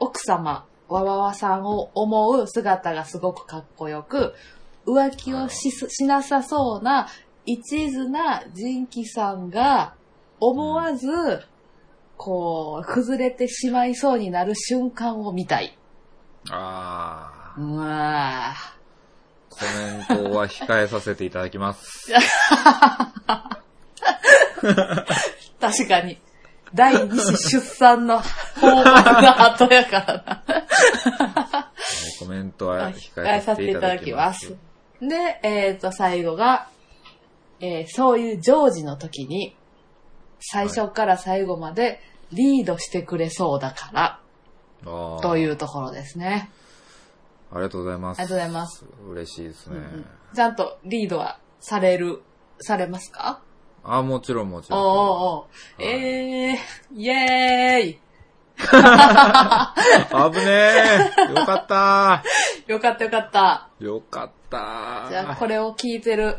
B: 奥様、わわわさんを思う姿がすごくかっこよく、浮気をしすしなさそうな一途な仁気さんが、思わず、こう、崩れてしまいそうになる瞬間を見たい。
A: あ
B: うわ
A: コメントは控えさせていただきます。
B: 確かに。第二子出産の豊満な後やからな。
A: コメントは控
B: 控
A: えさ
B: え
A: せて
B: させて
A: い
B: い
A: た
B: た
A: だ
B: だ
A: き
B: き
A: ま
B: ますす。。で、えっ、と、最後が、えーそういう常時の時に、最初から最後までリードしてくれそうだから、
A: あー
B: というところですね。
A: ありがとうございます。
B: ありがとうございます。
A: 嬉しいですね。
B: うんうんちゃんとリードはされる、されますか
A: あ、もちろんもち
B: おー
A: ろん。
B: おーおー
A: はい
B: えー、イエーイ
A: あぶねえ。よかった
B: よかったよかった。
A: ー。よかったー。
B: じゃあ、これを聞いてる、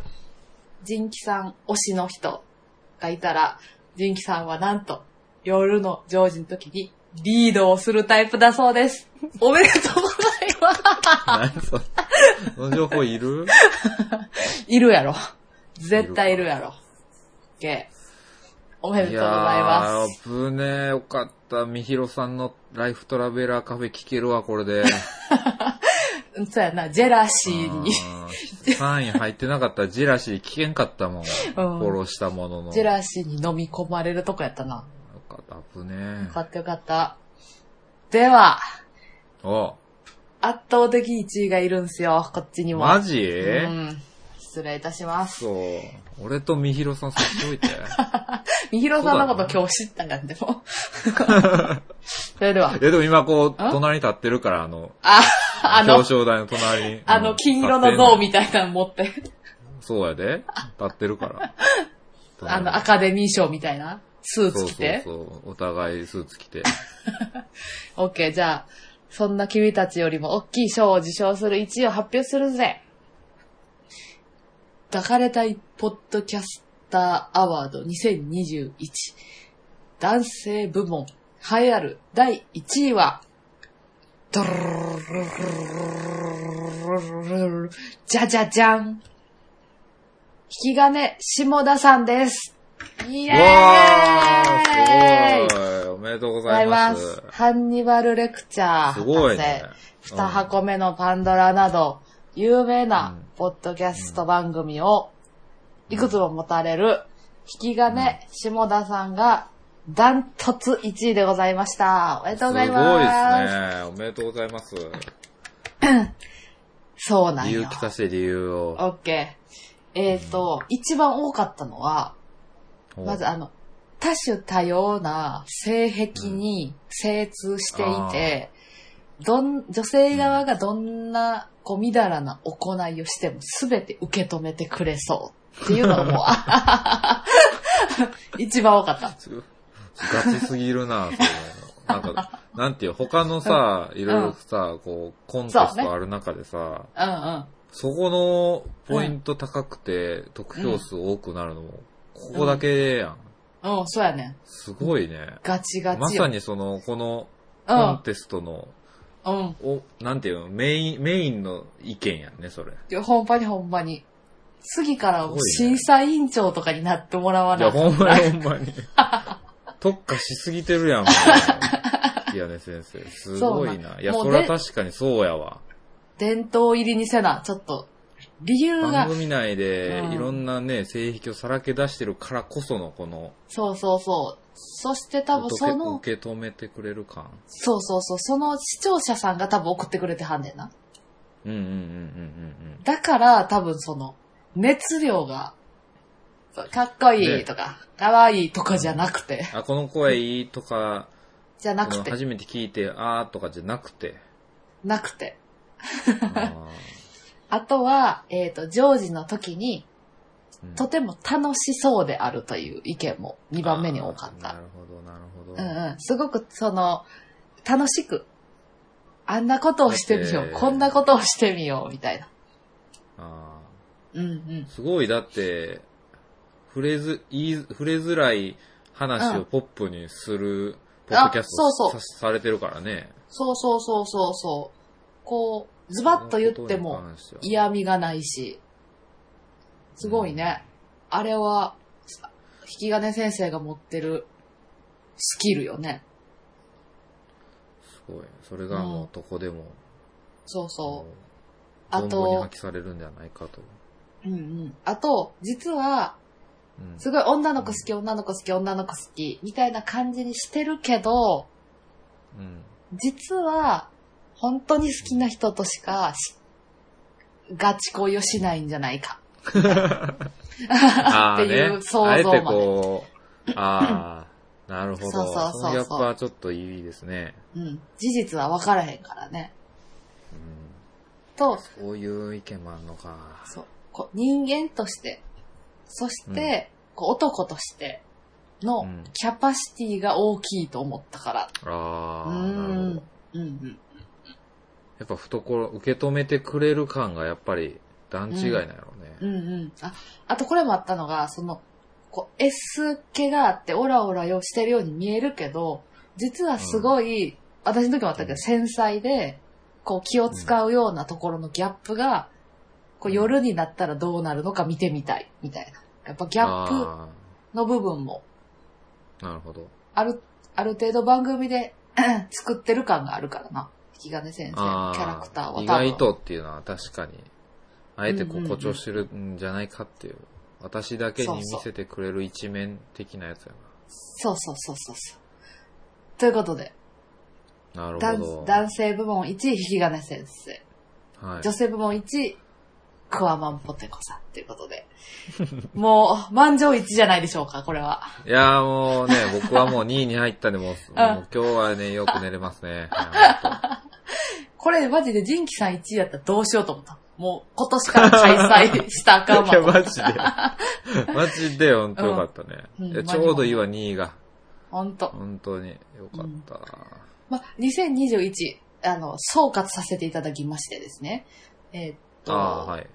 B: 人気さん推しの人がいたら、人気さんはなんと、夜の常時の時にリードをするタイプだそうです。おめでとうございます。
A: 何それその情報い る
B: いるやろ。絶対いるやろ。ゲおめでとうございます。
A: す。ぶねえ。よかった。みひろさんのライフトラベラーカフェ聞けるわ、これで。
B: うんそうやな、ジェラシーに。
A: 3位入ってなかったらジェラシー聞けんかったもん。フォローしたものの。
B: ジェラシーに飲み込まれるとこやったな。
A: よかった。あぶね
B: よか
A: え。
B: ったよかった。では、
A: お
B: 圧倒的1位がいるんすよ、こっちにも。
A: マジ
B: うん。失礼いたします。
A: そう。俺とみひろさんさせておいて。
B: みひろさんのこと今日知ったんやん、でも。 それでは、
A: いやでも今こう、
B: あ
A: 隣に立ってるから、あの、
B: あ、あ
A: 表
B: の、
A: 彰台の隣に。
B: あ
A: う
B: の
A: ん
B: 金色の像。みたいなの持って、
A: 立ってんのそうやで。立ってるから。
B: あの、ア
A: 赤
B: カデミー賞みたいなスーツ着て。
A: そうそうそう。お互いスーツ着て。
B: オッケー、じゃあ、そんな君たちよりも大きい賞を受賞する1位を発表するぜ。抱かれたいポッドキャスターアワード2021男性部門栄えある第1位は、ドルルルルルルルルルルじゃじゃじゃん引き金下田さんですイエーイ
A: すごい。おめでとうご
B: ござ
A: ざ
B: い
A: いま
B: ます
A: す。。
B: ハンニバルレクチャー
A: す
B: 博士。
A: ごいね。
B: 2箱目のパンドラなど、有名な
A: うん
B: ポッドキャスト番組をいくつも持たれる、引き金下田さんがダントツ1位でございました。おめでとうございます。
A: すごいですね。おめでとうございます。
B: そうな
A: 理
B: ん
A: 由
B: よ。
A: 聞かせて理由
B: オ
A: を。
B: ッケー。えっ、と、一番多かったのは、
A: お
B: まずあの、多種多様な性癖に精通していて、どん、女性側がどんな、こう、みだらな行いをしても全て受け止めてくれそうっていうのがもう、あははは一番多かった。
A: すガチすぎる な、そのなんか、なんていう、他のさ、いろいろさ、こう、コンテストある中でさ、
B: うんうん。
A: そこのポイント高くて、得票数多くなるのも、ここだけやん。
B: うん、そうやねん。
A: すごいね。
B: ガチガチよ。
A: まさにその、このコン
B: う
A: テストの、
B: ん。うん。
A: お、なんていうの、メイン、メインの意見やんね、それ。
B: いやほんまにほんまに。次からもう
A: すごいね
B: 審査委員長とかになってもらわ
A: い
B: な
A: や、
B: い。
A: ほんまにほんま に。特化しすぎてるやん、もういやね、先生。すごい
B: そうな
A: な。
B: ん
A: いや、
B: もう
A: そ
B: ね
A: れは確かにそうやわ。
B: 伝統入りにせな、ちょっと、理由が
A: 番、組内で
B: うん
A: いろんなね、性癖をさらけ出してるからこそのこの、
B: そうそうそう。そして多分その、
A: 受け止めてくれる感。
B: そうそうそう、その視聴者さんが多分送ってくれてはんねんな。
A: うんうんうんうん
B: だから多分その、熱量が、かっこい
A: ね
B: いとか、かわいいとかじゃなくて、
A: うん。あ、この声いいとか、
B: じゃなく
A: 初
B: て、
A: めて聞いて、あーとかじゃなく て。
B: なくて。
A: あ
B: あとは、えっ、と、ジョージの時に、
A: ーうん
B: とても楽しそうであるという意見も2番目に多かっ
A: あーな
B: た。
A: るほど、なるほ
B: う
A: ど。
B: んうん。すごくその、楽しく、あんなことをしてみ
A: だ
B: よ
A: っ
B: う、
A: て
B: こんなことをしてみよう、みたいな。
A: あ
B: うんう
A: ー。
B: ん
A: すごい、だって、触れず、言い、触れづらい話を
B: うん
A: ポップにする、ポッドキャスト
B: あそうそう
A: さされてるからね。
B: そうそうそうそうそう。こう、ズバッと言って
A: こ
B: も
A: のことに関しては、
B: 嫌味がないし。すごいね。あれは、引き金先生が持ってるスキルよね。
A: すごい。それがもうどこでも。
B: そうそ
A: もう
B: あ
A: 論文に破
B: と、
A: 棄されるんじゃないかと。
B: うんうん。あと、実は、
A: うん。
B: すごい女の子好き、女の子好き、女の子好き、みたいな感じにしてるけど、
A: うん。
B: 実は、本当に好きな人としかし、ガチ恋をしないんじゃないか。
A: ああ
B: っていう
A: ね。
B: 想像まで
A: あえてこう、あ あ、なるほど。
B: そうそうそうそう
A: のギャップはちょっといいですね。
B: うん。事実は分からへんからね。
A: うん。
B: と、
A: そういう意見もあるのか。
B: そう。こう人間として、そして、こう男として
A: う
B: の
A: ん
B: キャパシティが大きいと思ったから。
A: ああ、
B: う
A: なるほ
B: ん
A: ど。。
B: うんうん。
A: やっぱ懐、受け止めてくれる感がやっぱり段違いなんやろうね。
B: うんうん。あ、あとこれもあったのが、その、こう、S 系があって、オラオラよしてるように見えるけど、実はすごい、私の時もあったけ
A: う
B: ど、
A: ん
B: 繊細で、こう、気を使うようなところのギャップが、こう、夜になったらどうなるのか見てみたい、みたいな。やっぱギャッ
A: あ
B: プの部分も、
A: ーなるほど。
B: ある、ある程度番組で 作ってる感があるからな。引き金先生
A: あー
B: のキャラクターは多分。
A: 意外とっていうのは確かに、あえてこ
B: うん
A: う
B: うんうん
A: 誇張してるんじゃないかっていう。私だけに見
B: そうそう
A: せてくれる一面的なやつや
B: そうそうそうそうそう。ということで、
A: な。なるほど。
B: 男男性部門1位、引き金先生。
A: はい
B: 女。性部門1位、クワマンポテコさん。ということで。 もう、満場一致じゃないでしょうか、これは。
A: いやーもう ね、僕はもう2位に入ったんで、もう、もう今日はね、よく寝れますね。は
B: これマジでジンキさん1位やったらどうしようと思った。もう、今年から開催したらあ
A: い
B: かん
A: いや、
B: わ。
A: マ ジで。マジで、ほんとよかったね。
B: うん
A: いやちょうどいいわ、2位が。
B: ほんと。
A: 本当に。よかった。
B: まあ、2021、あの、総括させていただきましてですね。えーっと、
A: ああー、はい。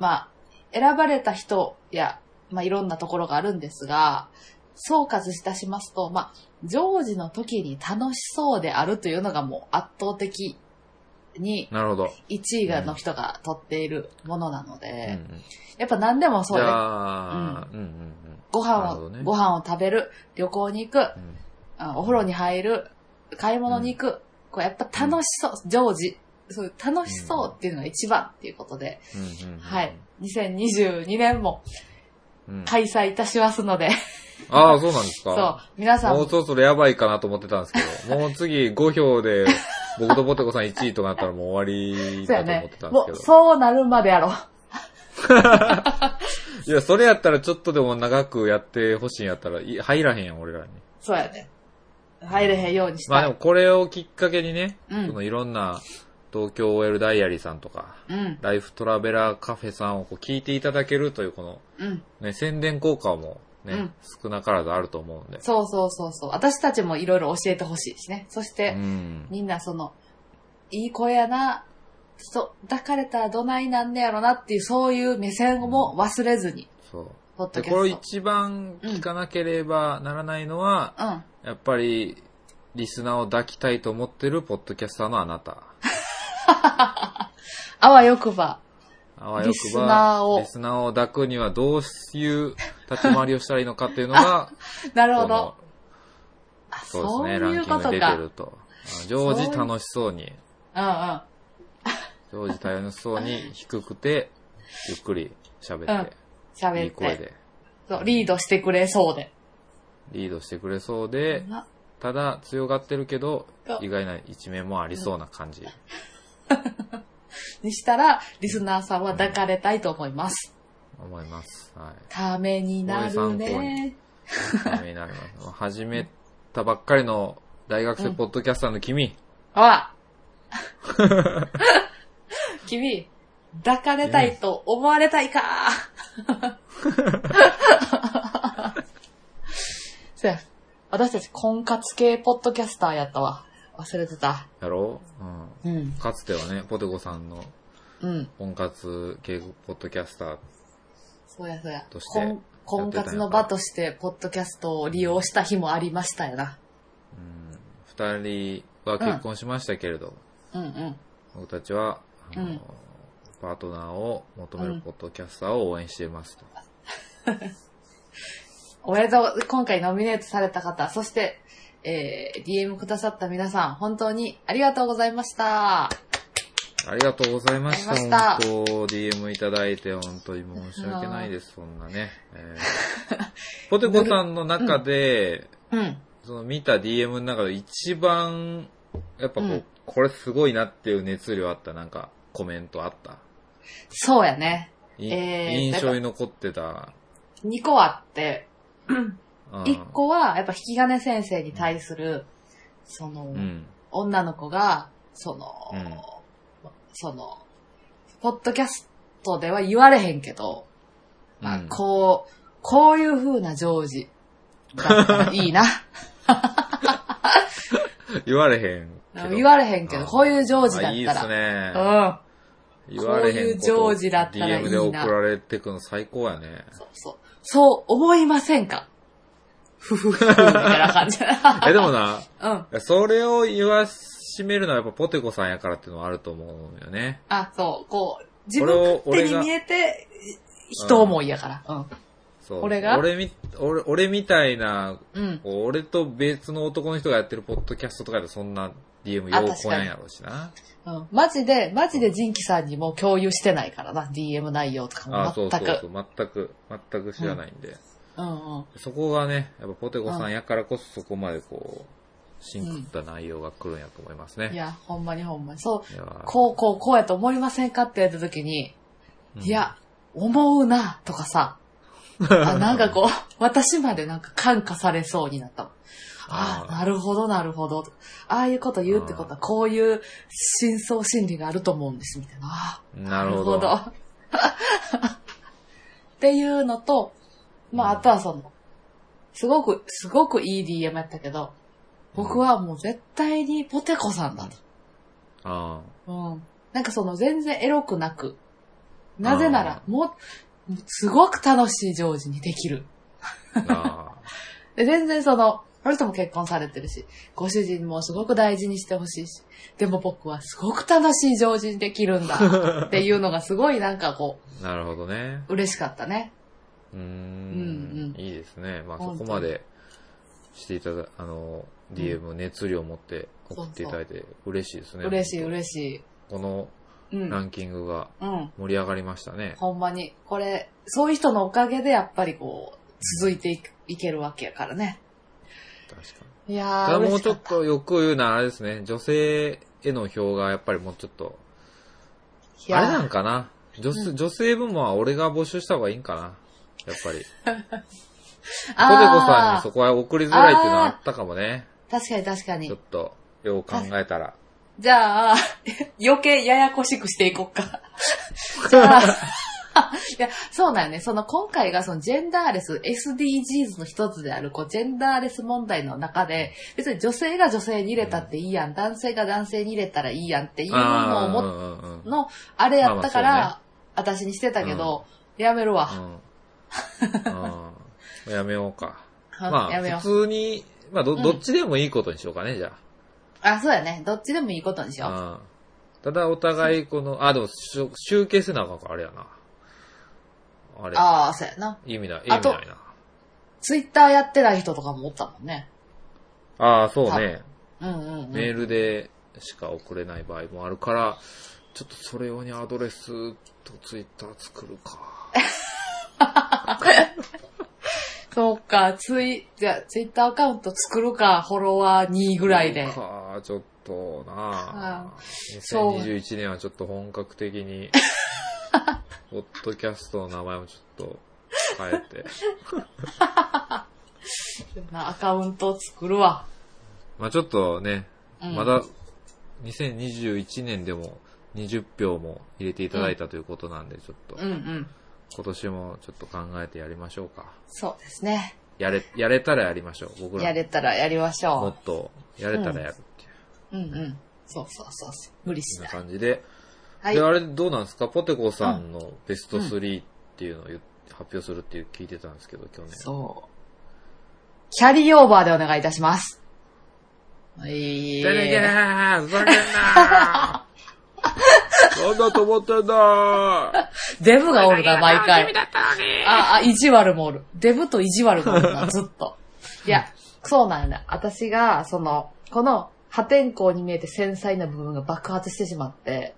B: まあ、選ばれた人や、まあ、いろんなところがあるんですが、総括いたしますと、まあ、ジョージの時に楽しそうであるというのがもう圧倒的に
A: なるほど。
B: 1位がの人が取っているものな
A: う
B: の
A: んう
B: で、
A: ん
B: やっぱ何でもそう
A: じ
B: で、
A: ゃあ、うんうん
B: ご
A: なる
B: 飯
A: ほど
B: を、
A: ね
B: ご飯を食べる、旅行に行く、
A: うんうん。
B: あお風呂に入る、買い物に行く、こうやっぱ楽しそう、ジョージ、そういう楽しそうっていうのが一番っていうことで、
A: うんうんうん
B: はい。。2022年も
A: うん
B: 開催いたしますので、
A: ああ、そうなんです
B: そ
A: か
B: う、皆さん
A: もう
B: も、
A: そろそろやばいかなと思ってたんですけ ど、もう次5票で、僕とポテコさん1位とかなったらもう終わり
B: そうや
A: だと思っ
B: ね
A: てた。んで
B: も
A: すけ
B: う、
A: ど。
B: そうなるまでやろう。
A: いや、それやったらちょっとでも長くやってほしいんやったら、い入らへんやん、俺らに。
B: そうやね。入れへんようにし
A: まあ
B: た
A: で
B: い。
A: もこれをきっかけにね、
B: うん
A: そのいろんな東京 OL ダイアリーさんとか、
B: うん、
A: ライフトラベラーカフェさんをこう聞いていただけるというこの、
B: うん。
A: ね、宣伝効果もね、
B: うん
A: 少なからずあると思うんで。
B: そうそうそうそう。私たちもいろいろ教えてほしいしね。そして、
A: うん。
B: みんなその、いい子やな、そう、抱かれたらどないなんねやろなっていう、そういう目線も忘れずに、
A: そう。
B: ポッド
A: で、
B: キャスト。
A: これ一番聞かなければならないのは、
B: うん。
A: やっぱり、リスナーを抱きたいと思ってるポッドキャスターのあなた。
B: あわよくば。
A: あわよ
B: リス
A: く
B: ナー
A: ば
B: を、
A: リスナーを抱くにはどういう立ち回りをしたらいいのかっていうのが、
B: なるほ
A: こ
B: ど
A: の。
B: あ
A: そうですね、
B: そ
A: ラ
B: うい
A: ン
B: う
A: キン
B: こ
A: グ
B: と
A: に出て
B: か。
A: ると。あ常時楽しそうに、
B: う
A: 常時楽しそうに低くて、ゆっくり喋
B: うん
A: っ
B: んうん。
A: て、い
B: 喋
A: い
B: っ
A: 声
B: て。
A: で、
B: そう、リードしてくれそうで。
A: リードしてくれそうで、
B: な
A: ただ強がってるけど
B: そう、
A: 意外な一面もありそうな感じ。
B: にしたら、リスナーさんは抱かれたいと思います。
A: 思います。は
B: ためになる
A: これ参考
B: ね
A: に。い。ためになります。始めたばっかりの大学生ポッドキャスターの君、
B: あ 君、抱かれたいと思われたいかそうや、私たち婚活系ポッドキャスターやったわ。忘れてた。
A: やろううん。
B: うん。
A: かつてはね、ポテコさんの
B: うん。
A: 婚活系ポッドキャスター、
B: そうやそうや
A: とし。て
B: 婚婚活の場として、ポッドキャストを利用した日もありましたよな。
A: うん二人は結婚しましたけれど、
B: うんうん。
A: 僕たちは、あの
B: うん
A: パートナーを求め
B: うん
A: るポッドキャスターを応援していますと。
B: おめでとう、今回ノミネートされた方、そして、えー、DM くださった皆さん、本当にありがとうございました。
A: ありがとうございました。
B: ありがと
A: 本当、DM いただいて、本当に申し訳ないです、そんなね。え ーポテコさんの中で、
B: うん。
A: その見た DM の中で一番、やっぱこう、
B: うん
A: これすごいなっていう熱量あった、なんか、コメントあった。
B: そうやね。
A: い
B: えー
A: 印象に残ってた。
B: 2個あって、
A: うん
B: 1個はやっぱ引き金先生に対する、その、
A: うん。
B: 女の子が、その、
A: うん
B: その、ポッドキャストでは言われへんけど、まあ
A: うん、
B: こう、こういう風なジョージだったらいいな。
A: 言われへんけど。
B: 言われへんけ
A: あ
B: ど、
A: ー
B: こういうジョージだ
A: あいいで
B: ったら。
A: すね。
B: うん。
A: 言われへんこと
B: こういうジョージだったらいいな
A: DM で送られてくの最高やね。
B: そうそう。そう思いませんかふふふ、みたいな感じ。
A: え、でもな、
B: うん。
A: それを言わしめるのはやっぱポテコさんやからっていうのはあると思うよね。
B: あ、そう、こう、自
A: これ
B: 分
A: を
B: 勝手
A: 俺
B: に
A: が
B: 見えて、人思いやから。
A: そう。
B: 俺が
A: 俺み、俺、俺みたいな、
B: うん。うん。
A: こう俺と別の男の人がやってるポッドキャストとかでそんな DM よう来やんやろうしな。
B: うん。マジで、マジでジンキさんにも共有してないからな、DM 内容とか
A: あ
B: も
A: あ、そ
B: 全
A: う
B: く。
A: そうそう。全く、全く知らないんで。
B: うんうん。
A: そこがね、やっぱポテコさ
B: うん
A: んやからこそそこまでこう、シンクった内容が来るんやと思いますね。
B: いや、ほんまにほんまに。そう、
A: いやー
B: こうこうこうやと思いませんかってやった時に、
A: うん
B: いや、思うな、とかさ、 あなんかこう、私までなんか感化されそうになったもん。あ
A: あー
B: あ、なるほど、なるほど。ああいうこと言うってことは、こういう真相心理があると思うんです、みたいな。あ
A: な
B: ー
A: るほど。
B: なるほど っていうのと、まあ、あとはその、すごく、すごくいい DM やったけど、僕はもう絶対にポテコさんだと。
A: あ
B: うん。なんかその全然エロくなく。なぜなら、もう、すごく楽しいジョージにできる。
A: あ。あ
B: で、全然その、あなたも結婚されてるし、ご主人もすごく大事にしてほしいし、でも僕はすごく楽しいジョージにできる んだ。っていうのがすごいなんかこ
A: あ。なるほどね。
B: う、嬉しかったね。
A: うー
B: う
A: ん。
B: ん
A: いいですね。まあそ
B: 本当
A: こまでしていただ、あの、DM 熱量を持って送っていただいて嬉しいですね。
B: 嬉しい
A: しい。
B: 嬉し
A: この
B: い。うん。
A: ランキングが
B: うん。
A: 盛り上がりましたね。
B: ほんまに。これ、そういう人のおかげでやっぱりこう、続いていくいけるわけやからね。
A: 確かに。
B: い
A: た
B: や
A: だも
B: ー、嬉
A: う
B: し
A: ち
B: か
A: ょ
B: っ
A: っと欲を言うならあれですね、女性への票がやっぱりもうちょっと、
B: たいや
A: あれ
B: ー
A: なんかな女,、女性部門は俺が募集した方がいいんかなやっぱり。ポテコさん
B: あ
A: に
B: ー
A: そこは送りづらいっていうのはあったかもね。
B: 確かに確か
A: ちょっ
B: に。
A: と、よう考えたら。
B: じゃあ、 余計ややこしくしていこ っか。じゃあ、 いや、そうなんよね。その今回がそのジェンダーレス SDGs の一つである、こう、ジェンダーレス問題の中で、別に女性が女性に入れたっていいやん、男性が男性に入れたらいいやんっていうのをも
A: あーうんうんうん
B: の、あれやったから、
A: まあま
B: 私にしてたけど、やめるわ。
A: うん。やめようか。
B: うん
A: ま
B: やめよ
A: あ、
B: う。
A: 普通に、まあど、
B: うん
A: どっちでもいいことにしようかね、じゃ
B: あ、そうやね。どっちでもいいことにしよう。
A: あ。うん。ただ、お互い、この、あ、でも、しょ集計せなあかんか、あれやな。あれ。
B: ああ、そうやな。
A: 意味ない、意
B: あ
A: 味
B: と
A: ないな。
B: ツイッターやってない人とかもおったもんね。
A: ああ、そうね。
B: うんうんうん。
A: メールでしか送れない場合もあるから、ちょっとそれ用にアドレスとツイッター作るか。
B: そうか、ツイ、じゃあツイッターアカウント作るか、フォロワー2ぐらいで。
A: か、ちょっとなあ
B: そう
A: 2021年はちょっと本格的に、ポッドキャストの名前もちょっと変えて。
B: アカウント作るわ。
A: まあちょっとね、
B: うん
A: まだ2021年でも20票も入れていただいたということなんで、ちょっと
B: うんうん。
A: 今年もちょっと考えてやりましょうか。
B: そうですね。
A: やれ、やれたらやりましょう。僕ら
B: や
A: も
B: れたらやりまし
A: も
B: ょ
A: っとやれたらやるっていう。
B: う。うんうん。そうそうそうそう。無理し
A: そん
B: な。
A: ない感じで。
B: はい
A: で、。あれどうなんですかポテコさんのベスト3っていうのを言っ発表するっていう聞いてたんですけど、去年。
B: そう。キャリーオーバーでお願いいたします。は
A: 出
B: い。
A: てけーふざけんなー なんだと思ってんだー
B: デブがおるな、毎
A: 楽しみ
B: 回。
A: だったのに
B: あ、あ、意地悪もおる。デブと意地悪がお るな、ずっと。いや、そうなんだ。私が、その、この破天荒に見えて繊細な部分が爆発してしまって、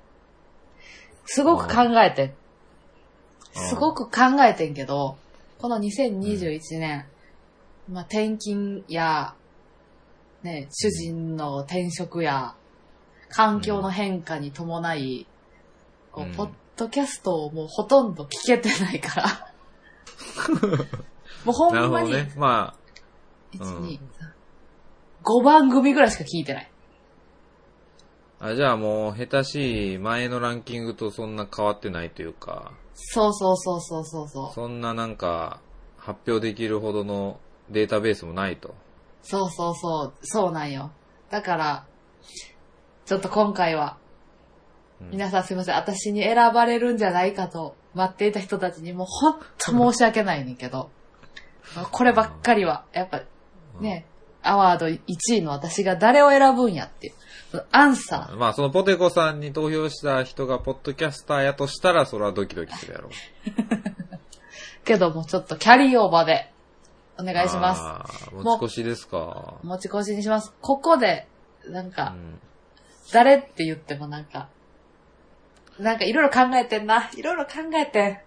B: すごく考えてん。
A: うん
B: すごく考えてんけど、この2021年、まあ、転勤や、ね、主人の転職や、環境の変化に伴い、こ
A: うん
B: う、ポッドキャストをもうほとんど聞けてな いから。もうほ
A: なる
B: ん
A: ほ
B: ま
A: ど
B: に、
A: ね。まあ、
B: 1、
A: うん
B: 2、3、5番組ぐらいしか聞いてない。
A: あ、じゃあもう、下手しい前のランキングとそんな変わってないというか、
B: そうそうそうそうそうそう。
A: そんななんか、発表できるほどのデータベースもないと。
B: そうそうそう、そうなんよ。だから、ちょっと今回は、
A: うん
B: 皆さんすいません、私に選ばれるんじゃないかと待っていた人たちにもうほんと申し訳ないねんけど、こればっかりは、やっぱね、アワード1位の私が誰を選ぶんやっていう、そのアンサ
A: まあ、そのポテコさんに投票した人がポッドキャスターやとしたら、それはドキドキするやろう。
B: ー。けどもちょっとキャリーオーバーで、お願いします。
A: す。
B: も
A: 持
B: う
A: ち越しですか。
B: 持ち越しにします。ここで、なん
A: う
B: か、
A: ん
B: 誰って言ってもなんか、なんかいろいろ考えてんな。いろいろ考えてん。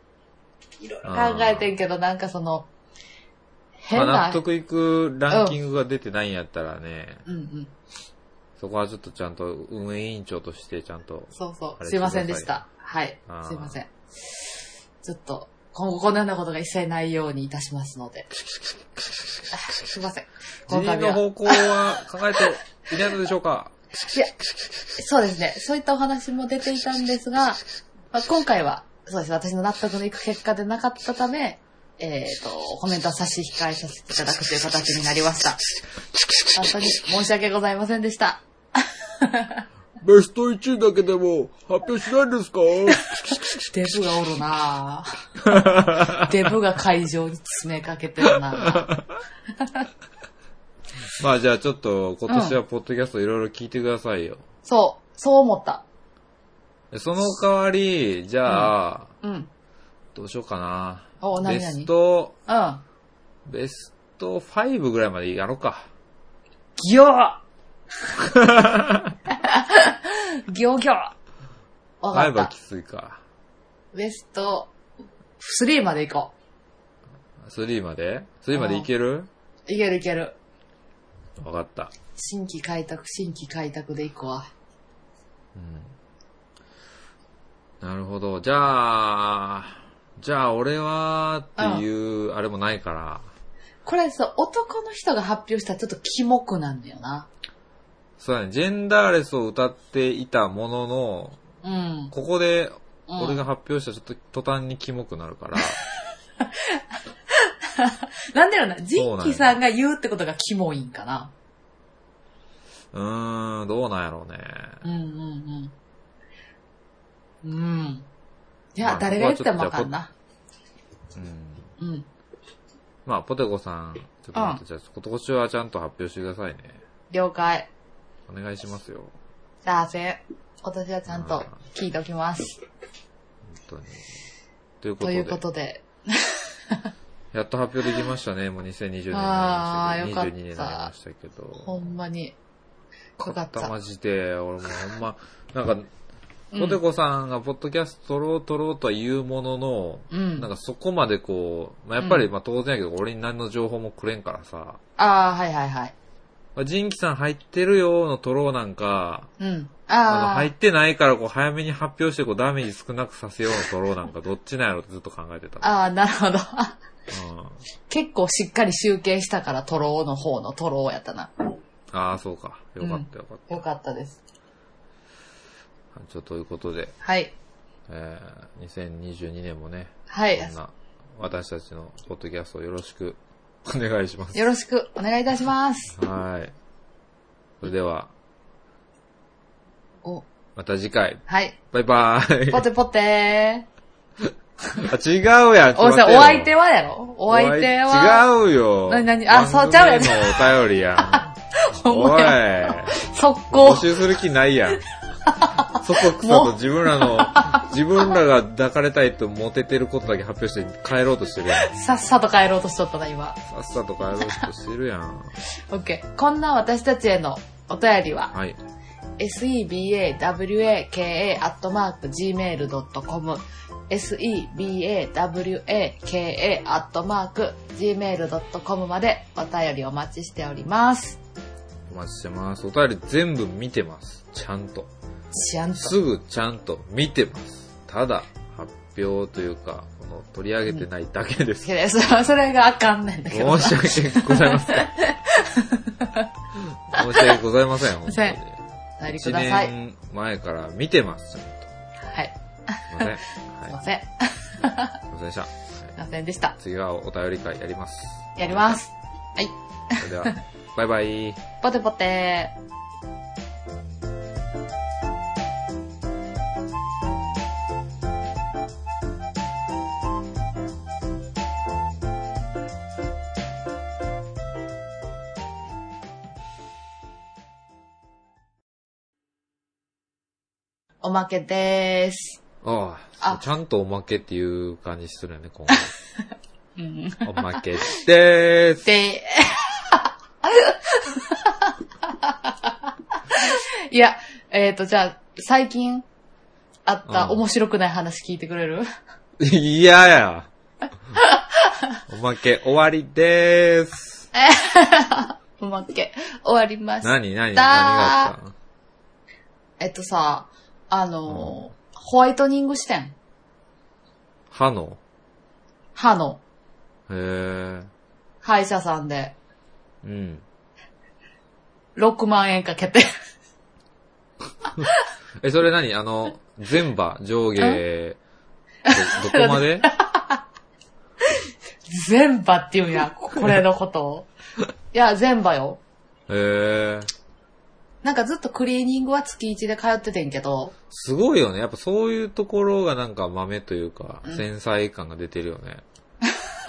B: いろいろ考えてんけど、なんかその、変
A: まあ、
B: な
A: 納、得いくランキングが出てないんやったらね、
B: うんうん。
A: そこはちょっとちゃんと運営委員長としてちゃんと、
B: そうそ
A: あ
B: う。
A: れ
B: すいませんでした。はい
A: あー。
B: すいません。ちょっと、今後このようなことが一切ないようにいたしますので。すいません。
A: 辞
B: 今
A: 任
B: 回
A: の
B: は。
A: 方向は考えていないのでしょうか
B: そうですね。そういったお話も出ていたんですが、まあ、今回は、そうです。私の納得のいく結果でなかったため、えっ、と、コメントは差し控えさせていただくという形になりました。本当に申し訳ございません でした。
A: ベスト1位だけでも発表しないんですか
B: デブがおるな ぁデブが会場に詰めかけてるなぁ
A: まあじゃあちょっと今年はポッドキャストいろいろ聞いてくださいよ。
B: そう、そう思った。
A: その代わり、じゃあ、
B: うん。うん。
A: どうしようかな。
B: お何
A: ベ
B: 々
A: スト、
B: ギ
A: ベスト5ぐらいまでやろうか。
B: ョー ギョギョわか
A: 5
B: っ
A: は
B: た
A: き。ついか。
B: ベスト3まで行こ
A: 3まで ?3 までいける
B: う。いけるいける。
A: わかった。
B: 新規開拓、新規開拓で行くわ。
A: うんなるほど。じゃあ、じゃあ俺はっていう、あれもないから、
B: これさ、男の人が発表したらちょっとキモくなんだよな。
A: そうだね、ジェンダーレスを歌っていたものの、
B: うん。
A: ここで
B: うん
A: 俺が発表したらちょっと途端にキモくなる から、
B: なんだろうな、ジ
A: そうなん
B: ッ
A: や
B: キーさんが言うってことがキモいんかな。
A: うーん、どうなんやろうね。
B: うんうんうん。うん。いや、
A: まあ
B: 誰が言ってもわかんな。
A: うん、
B: うん。
A: まあ、ポテコさん、ちょっと待って、じゃあ今年はちゃんと発表してくださいね。
B: 了解。
A: お願いしますよ。
B: じゃあ、せん。私はちゃんと聞いておきます。
A: 本当に。ということと
B: い
A: で
B: う、ことで。
A: やっと発表できましたね。もう2020年に
B: あ
A: な
B: ー
A: り
B: よ
A: ま
B: か
A: し
B: ったた
A: けど、22年になりましたけど。
B: ほんまに。よかっ
A: った
B: た
A: マ。ジで。俺もほ んま、なんか、
B: うん
A: ポテコさんがポッドキャスト撮ろう撮ろうとは言うものの、
B: うん
A: なんかそこまでこう、まあ、やっぱり
B: うん
A: まあ当然やけど、俺に何の情報もくれんからさ、
B: ああ、はいはいはい。
A: まあ、ジンキさん入ってるよの撮ろうなんか、
B: うん。
A: あの
B: ああ
A: 入。ってないからこう早めに発表してこうダメージ少なくさせようの撮ろうなんかどっちなんやろってずっと考えてた。
B: ああ、なるほ
A: うん、
B: ど。 結構しっかり集計したから、トローの方のトローやったな。
A: ああ、そうか。よかったよかった。
B: よかったです。
A: ちょっとということで、
B: はい。
A: えー、2022年もね、
B: はい。
A: そんな私たちのポッドキャストをよろしく お願いします。
B: よろしくお願いいたします。
A: はい。それでは、
B: お、
A: また次回。
B: はい。
A: バイバーイ。
B: ポテポテ
A: あ、違うやん。
B: ー。お、
A: ち
B: さ
A: ょっと待てよ
B: お相手はやろお相手は。
A: おい違うよ。
B: なになにあそうちゃうやん
A: 番組へのお便りやん。
B: ほんまや。速
A: おい、募
B: 攻。
A: 集する気ないや ん。そこくさと自分らの、自分らが抱かれたいとモテてることだけ発表して帰ろうとしてるやん。
B: さっさと帰ろうとしとったな、今。
A: さっさと帰ろうとしてるやん。
B: オッケー。こんな私たちへのお便りは、
A: はい。
B: sebawaka.gmail.com sebawaka.gmail.com までお便りお待ちしております。
A: お待ちしてます。お便り全部見てます。ちゃんと。
B: ちゃんと。
A: すぐちゃんと見てます。ただ、発表というか、この取り上げてないだけです。
B: けど そそれがあかんねんだけど。
A: 申し訳ございま せん。申し訳ございません、本当
B: せん
A: に。
B: お便りく
A: 一
B: ださい。
A: 年前から見てます。ちゃんと
B: はい。
A: すい ません。は
B: すいま
A: い。
B: せん。す
A: すいませんでした。はい
B: いませんでし
A: 次
B: た。
A: はお便り会やります。
B: やります。はい。
A: それでは、バイバイ。
B: ポテポテおまけです。
A: ああ、
B: あ
A: ちゃんとおまけっていう感じするよね、今回。
B: うん。
A: おまけでーす。
B: で、いや、えっ、と、じゃあ、最近あった
A: うん
B: 面白くない話聞いてく れる、
A: いやや。おまけ終わりでーす。
B: うまっけ。終わりました。
A: 何何何があった
B: えっとさ、あのー、ホワイトニング視点
A: 歯の
B: 歯の
A: へえ。
B: 歯医者さんで
A: うん。
B: 6万円かけて。
A: え、それ何あの、全場、上下、ど、どこまで
B: 全歯っていうんや、これのことを。いや、全歯よ。
A: へえ。
B: なんかずっとクリーニングは月1で通っててんけど、
A: すごいよね。やっぱそういうところがなんか豆というか、繊細感が出てるよね。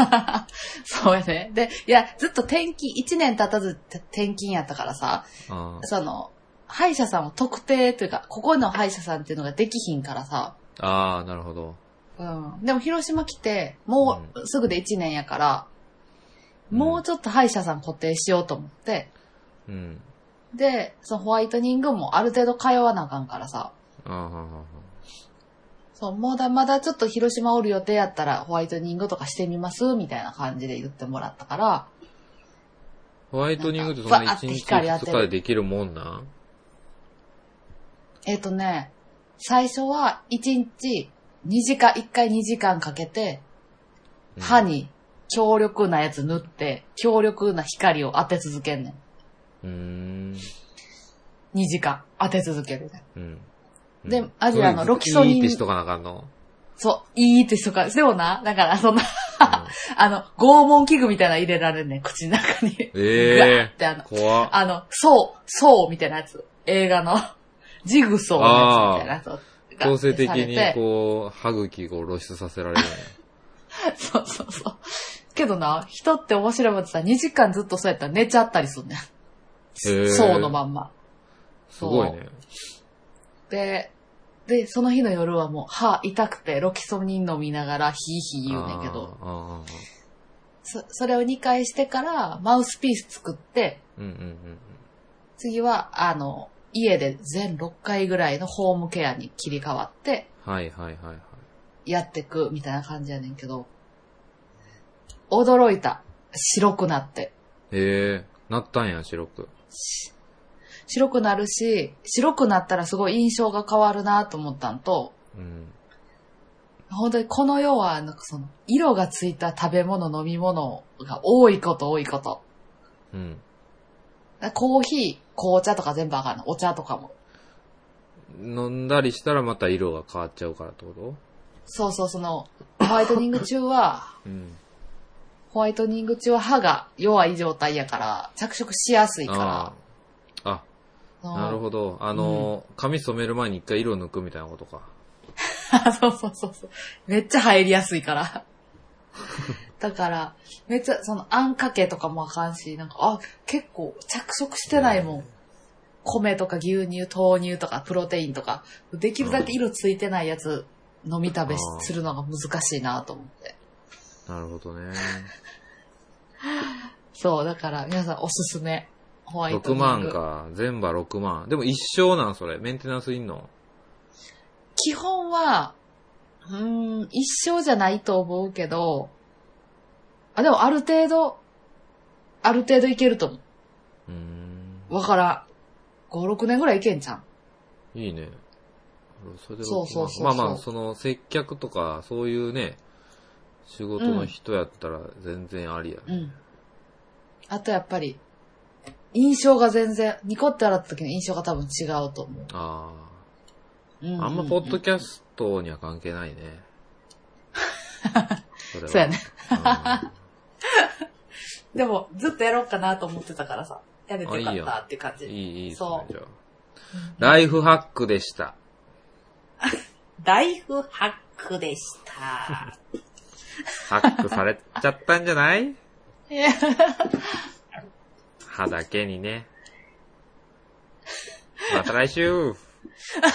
B: そうやね。で、いや、ずっと転勤、一年経たずて転勤やったからさ、
A: あ
B: その、歯医者さんを特定というか、ここの歯医者さんっていうのができひんからさ、
A: あー、なるほど。
B: うん。でも広島来て、もうすぐで一年やから、
A: うん
B: もうちょっと歯医者さん固定しようと思って、
A: うん。
B: で、そのホワイトニングもある程度通わなあかんからさ、
A: あーはーは
B: そう、まだまだちょっと広島おる予定やったらホワイトニングとかしてみますみたいな感じで言ってもらったから、
A: ホワイトニングってそんな
B: なんかバーっ
A: 1
B: て
A: 日
B: 光当てる
A: 2日でできるもんなん
B: えっ、とね、最初は1日2時間、1回2時間かけて、
A: うん
B: 歯に強力なやつ塗って、強力な光を当て続けんね
A: うーん。
B: ん。2時間当て続けるね。
A: うん。
B: で
A: うん
B: アジアのロキソニン
A: いいってしとかなあかん の。
B: そう、いいって人か、でもな、だからそんな、
A: う
B: あの、拷問器具みたいなの入れられんねん、口の中に。
A: ええ
B: ぐわーってあの
A: ん、怖っ。
B: あの、そう、そうみたいなやつ。映画の、ジグソーのやつみたいなやつを。
A: 強制的
B: がされ
A: に
B: て
A: こう、歯茎を露出させられるね。
B: そうそうそう。けどな、人って面白いことさ、2時間ずっとそうやったら寝ちゃったりすんね
A: へー
B: ん。 そうのまんま。
A: すごいね。
B: で、で、その日の夜はもう歯痛くてロキソニン飲みながらヒーヒー言うねんけど、
A: あー。あーあー
B: そそれを2回してからマウスピース作って、
A: うんうんうん
B: 次は、あの、家で全6回ぐらいのホームケアに切り替わって
A: うん。はいはいはいはい。
B: やってくみたいな感じやねんけど、驚いた。白くなって。
A: ええなったんや、白く。
B: し白くなるし、白くなったらすごい印象が変わるなと思ったんと、
A: うん。
B: 本当にこの世は、なんかその、色がついた食べ物、飲み物が多いこと多いこと。
A: うん。
B: コーヒー、紅茶とか全部あかんの。お茶とかも。
A: 飲んだりしたらまた色が変わっちゃうからってこと
B: そうそう、その、ホワイトニング中は、
A: うん。
B: ホワイトニング中は歯が弱い状態やから、着色しやすい
A: あ
B: か
A: あ。あ、
B: ら。
A: なるほど。あの、髪染める前に一回色抜くみたいなことか。
B: ど。 そうそうそうそう。めっちゃ入りやすいから。だから、めっちゃ、その、あんかけとかもあかんし、なんか、あ、結構着色してないもん。米とか牛乳、豆乳とかプロテインとか、できるだけ色ついてないやつ飲み食べし
A: あー
B: するのが難しいなと思って。
A: なるほどね。
B: そう、だから皆さんおすすめ。ホワイト
A: 6
B: ニング。
A: 万。か。全部は6万。でも一生なん、それ。メンテナンスいんの
B: 基本は、うーん、一生じゃないと思うけど、あ、でもある程度、ある程度いけると思
A: うーん。
B: う。わからん。5、6年ぐらいいけんじゃん。
A: いいね。それで
B: そうそうそう
A: まあまあ、その接客とか、そういうね、仕事の人やったら全然ありや。
B: うん。あとやっぱり、印象が全然、ニコって笑った時の印象が多分違うと思う。
A: あ
B: ううう
A: あ。あんまポッドキャストには関係 ないね。それは
B: そうやね。
A: うん
B: でも、ずっとやろうかなと思ってたからさ、やめてよ
A: あいい
B: か
A: よ
B: ったっていう感じ。
A: いい、いいですね
B: そ、う
A: じゃあ。ライフハックでした。
B: ライフハックでした。
A: ハックされちゃったんじゃない歯だけにね。また来週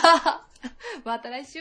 B: また来週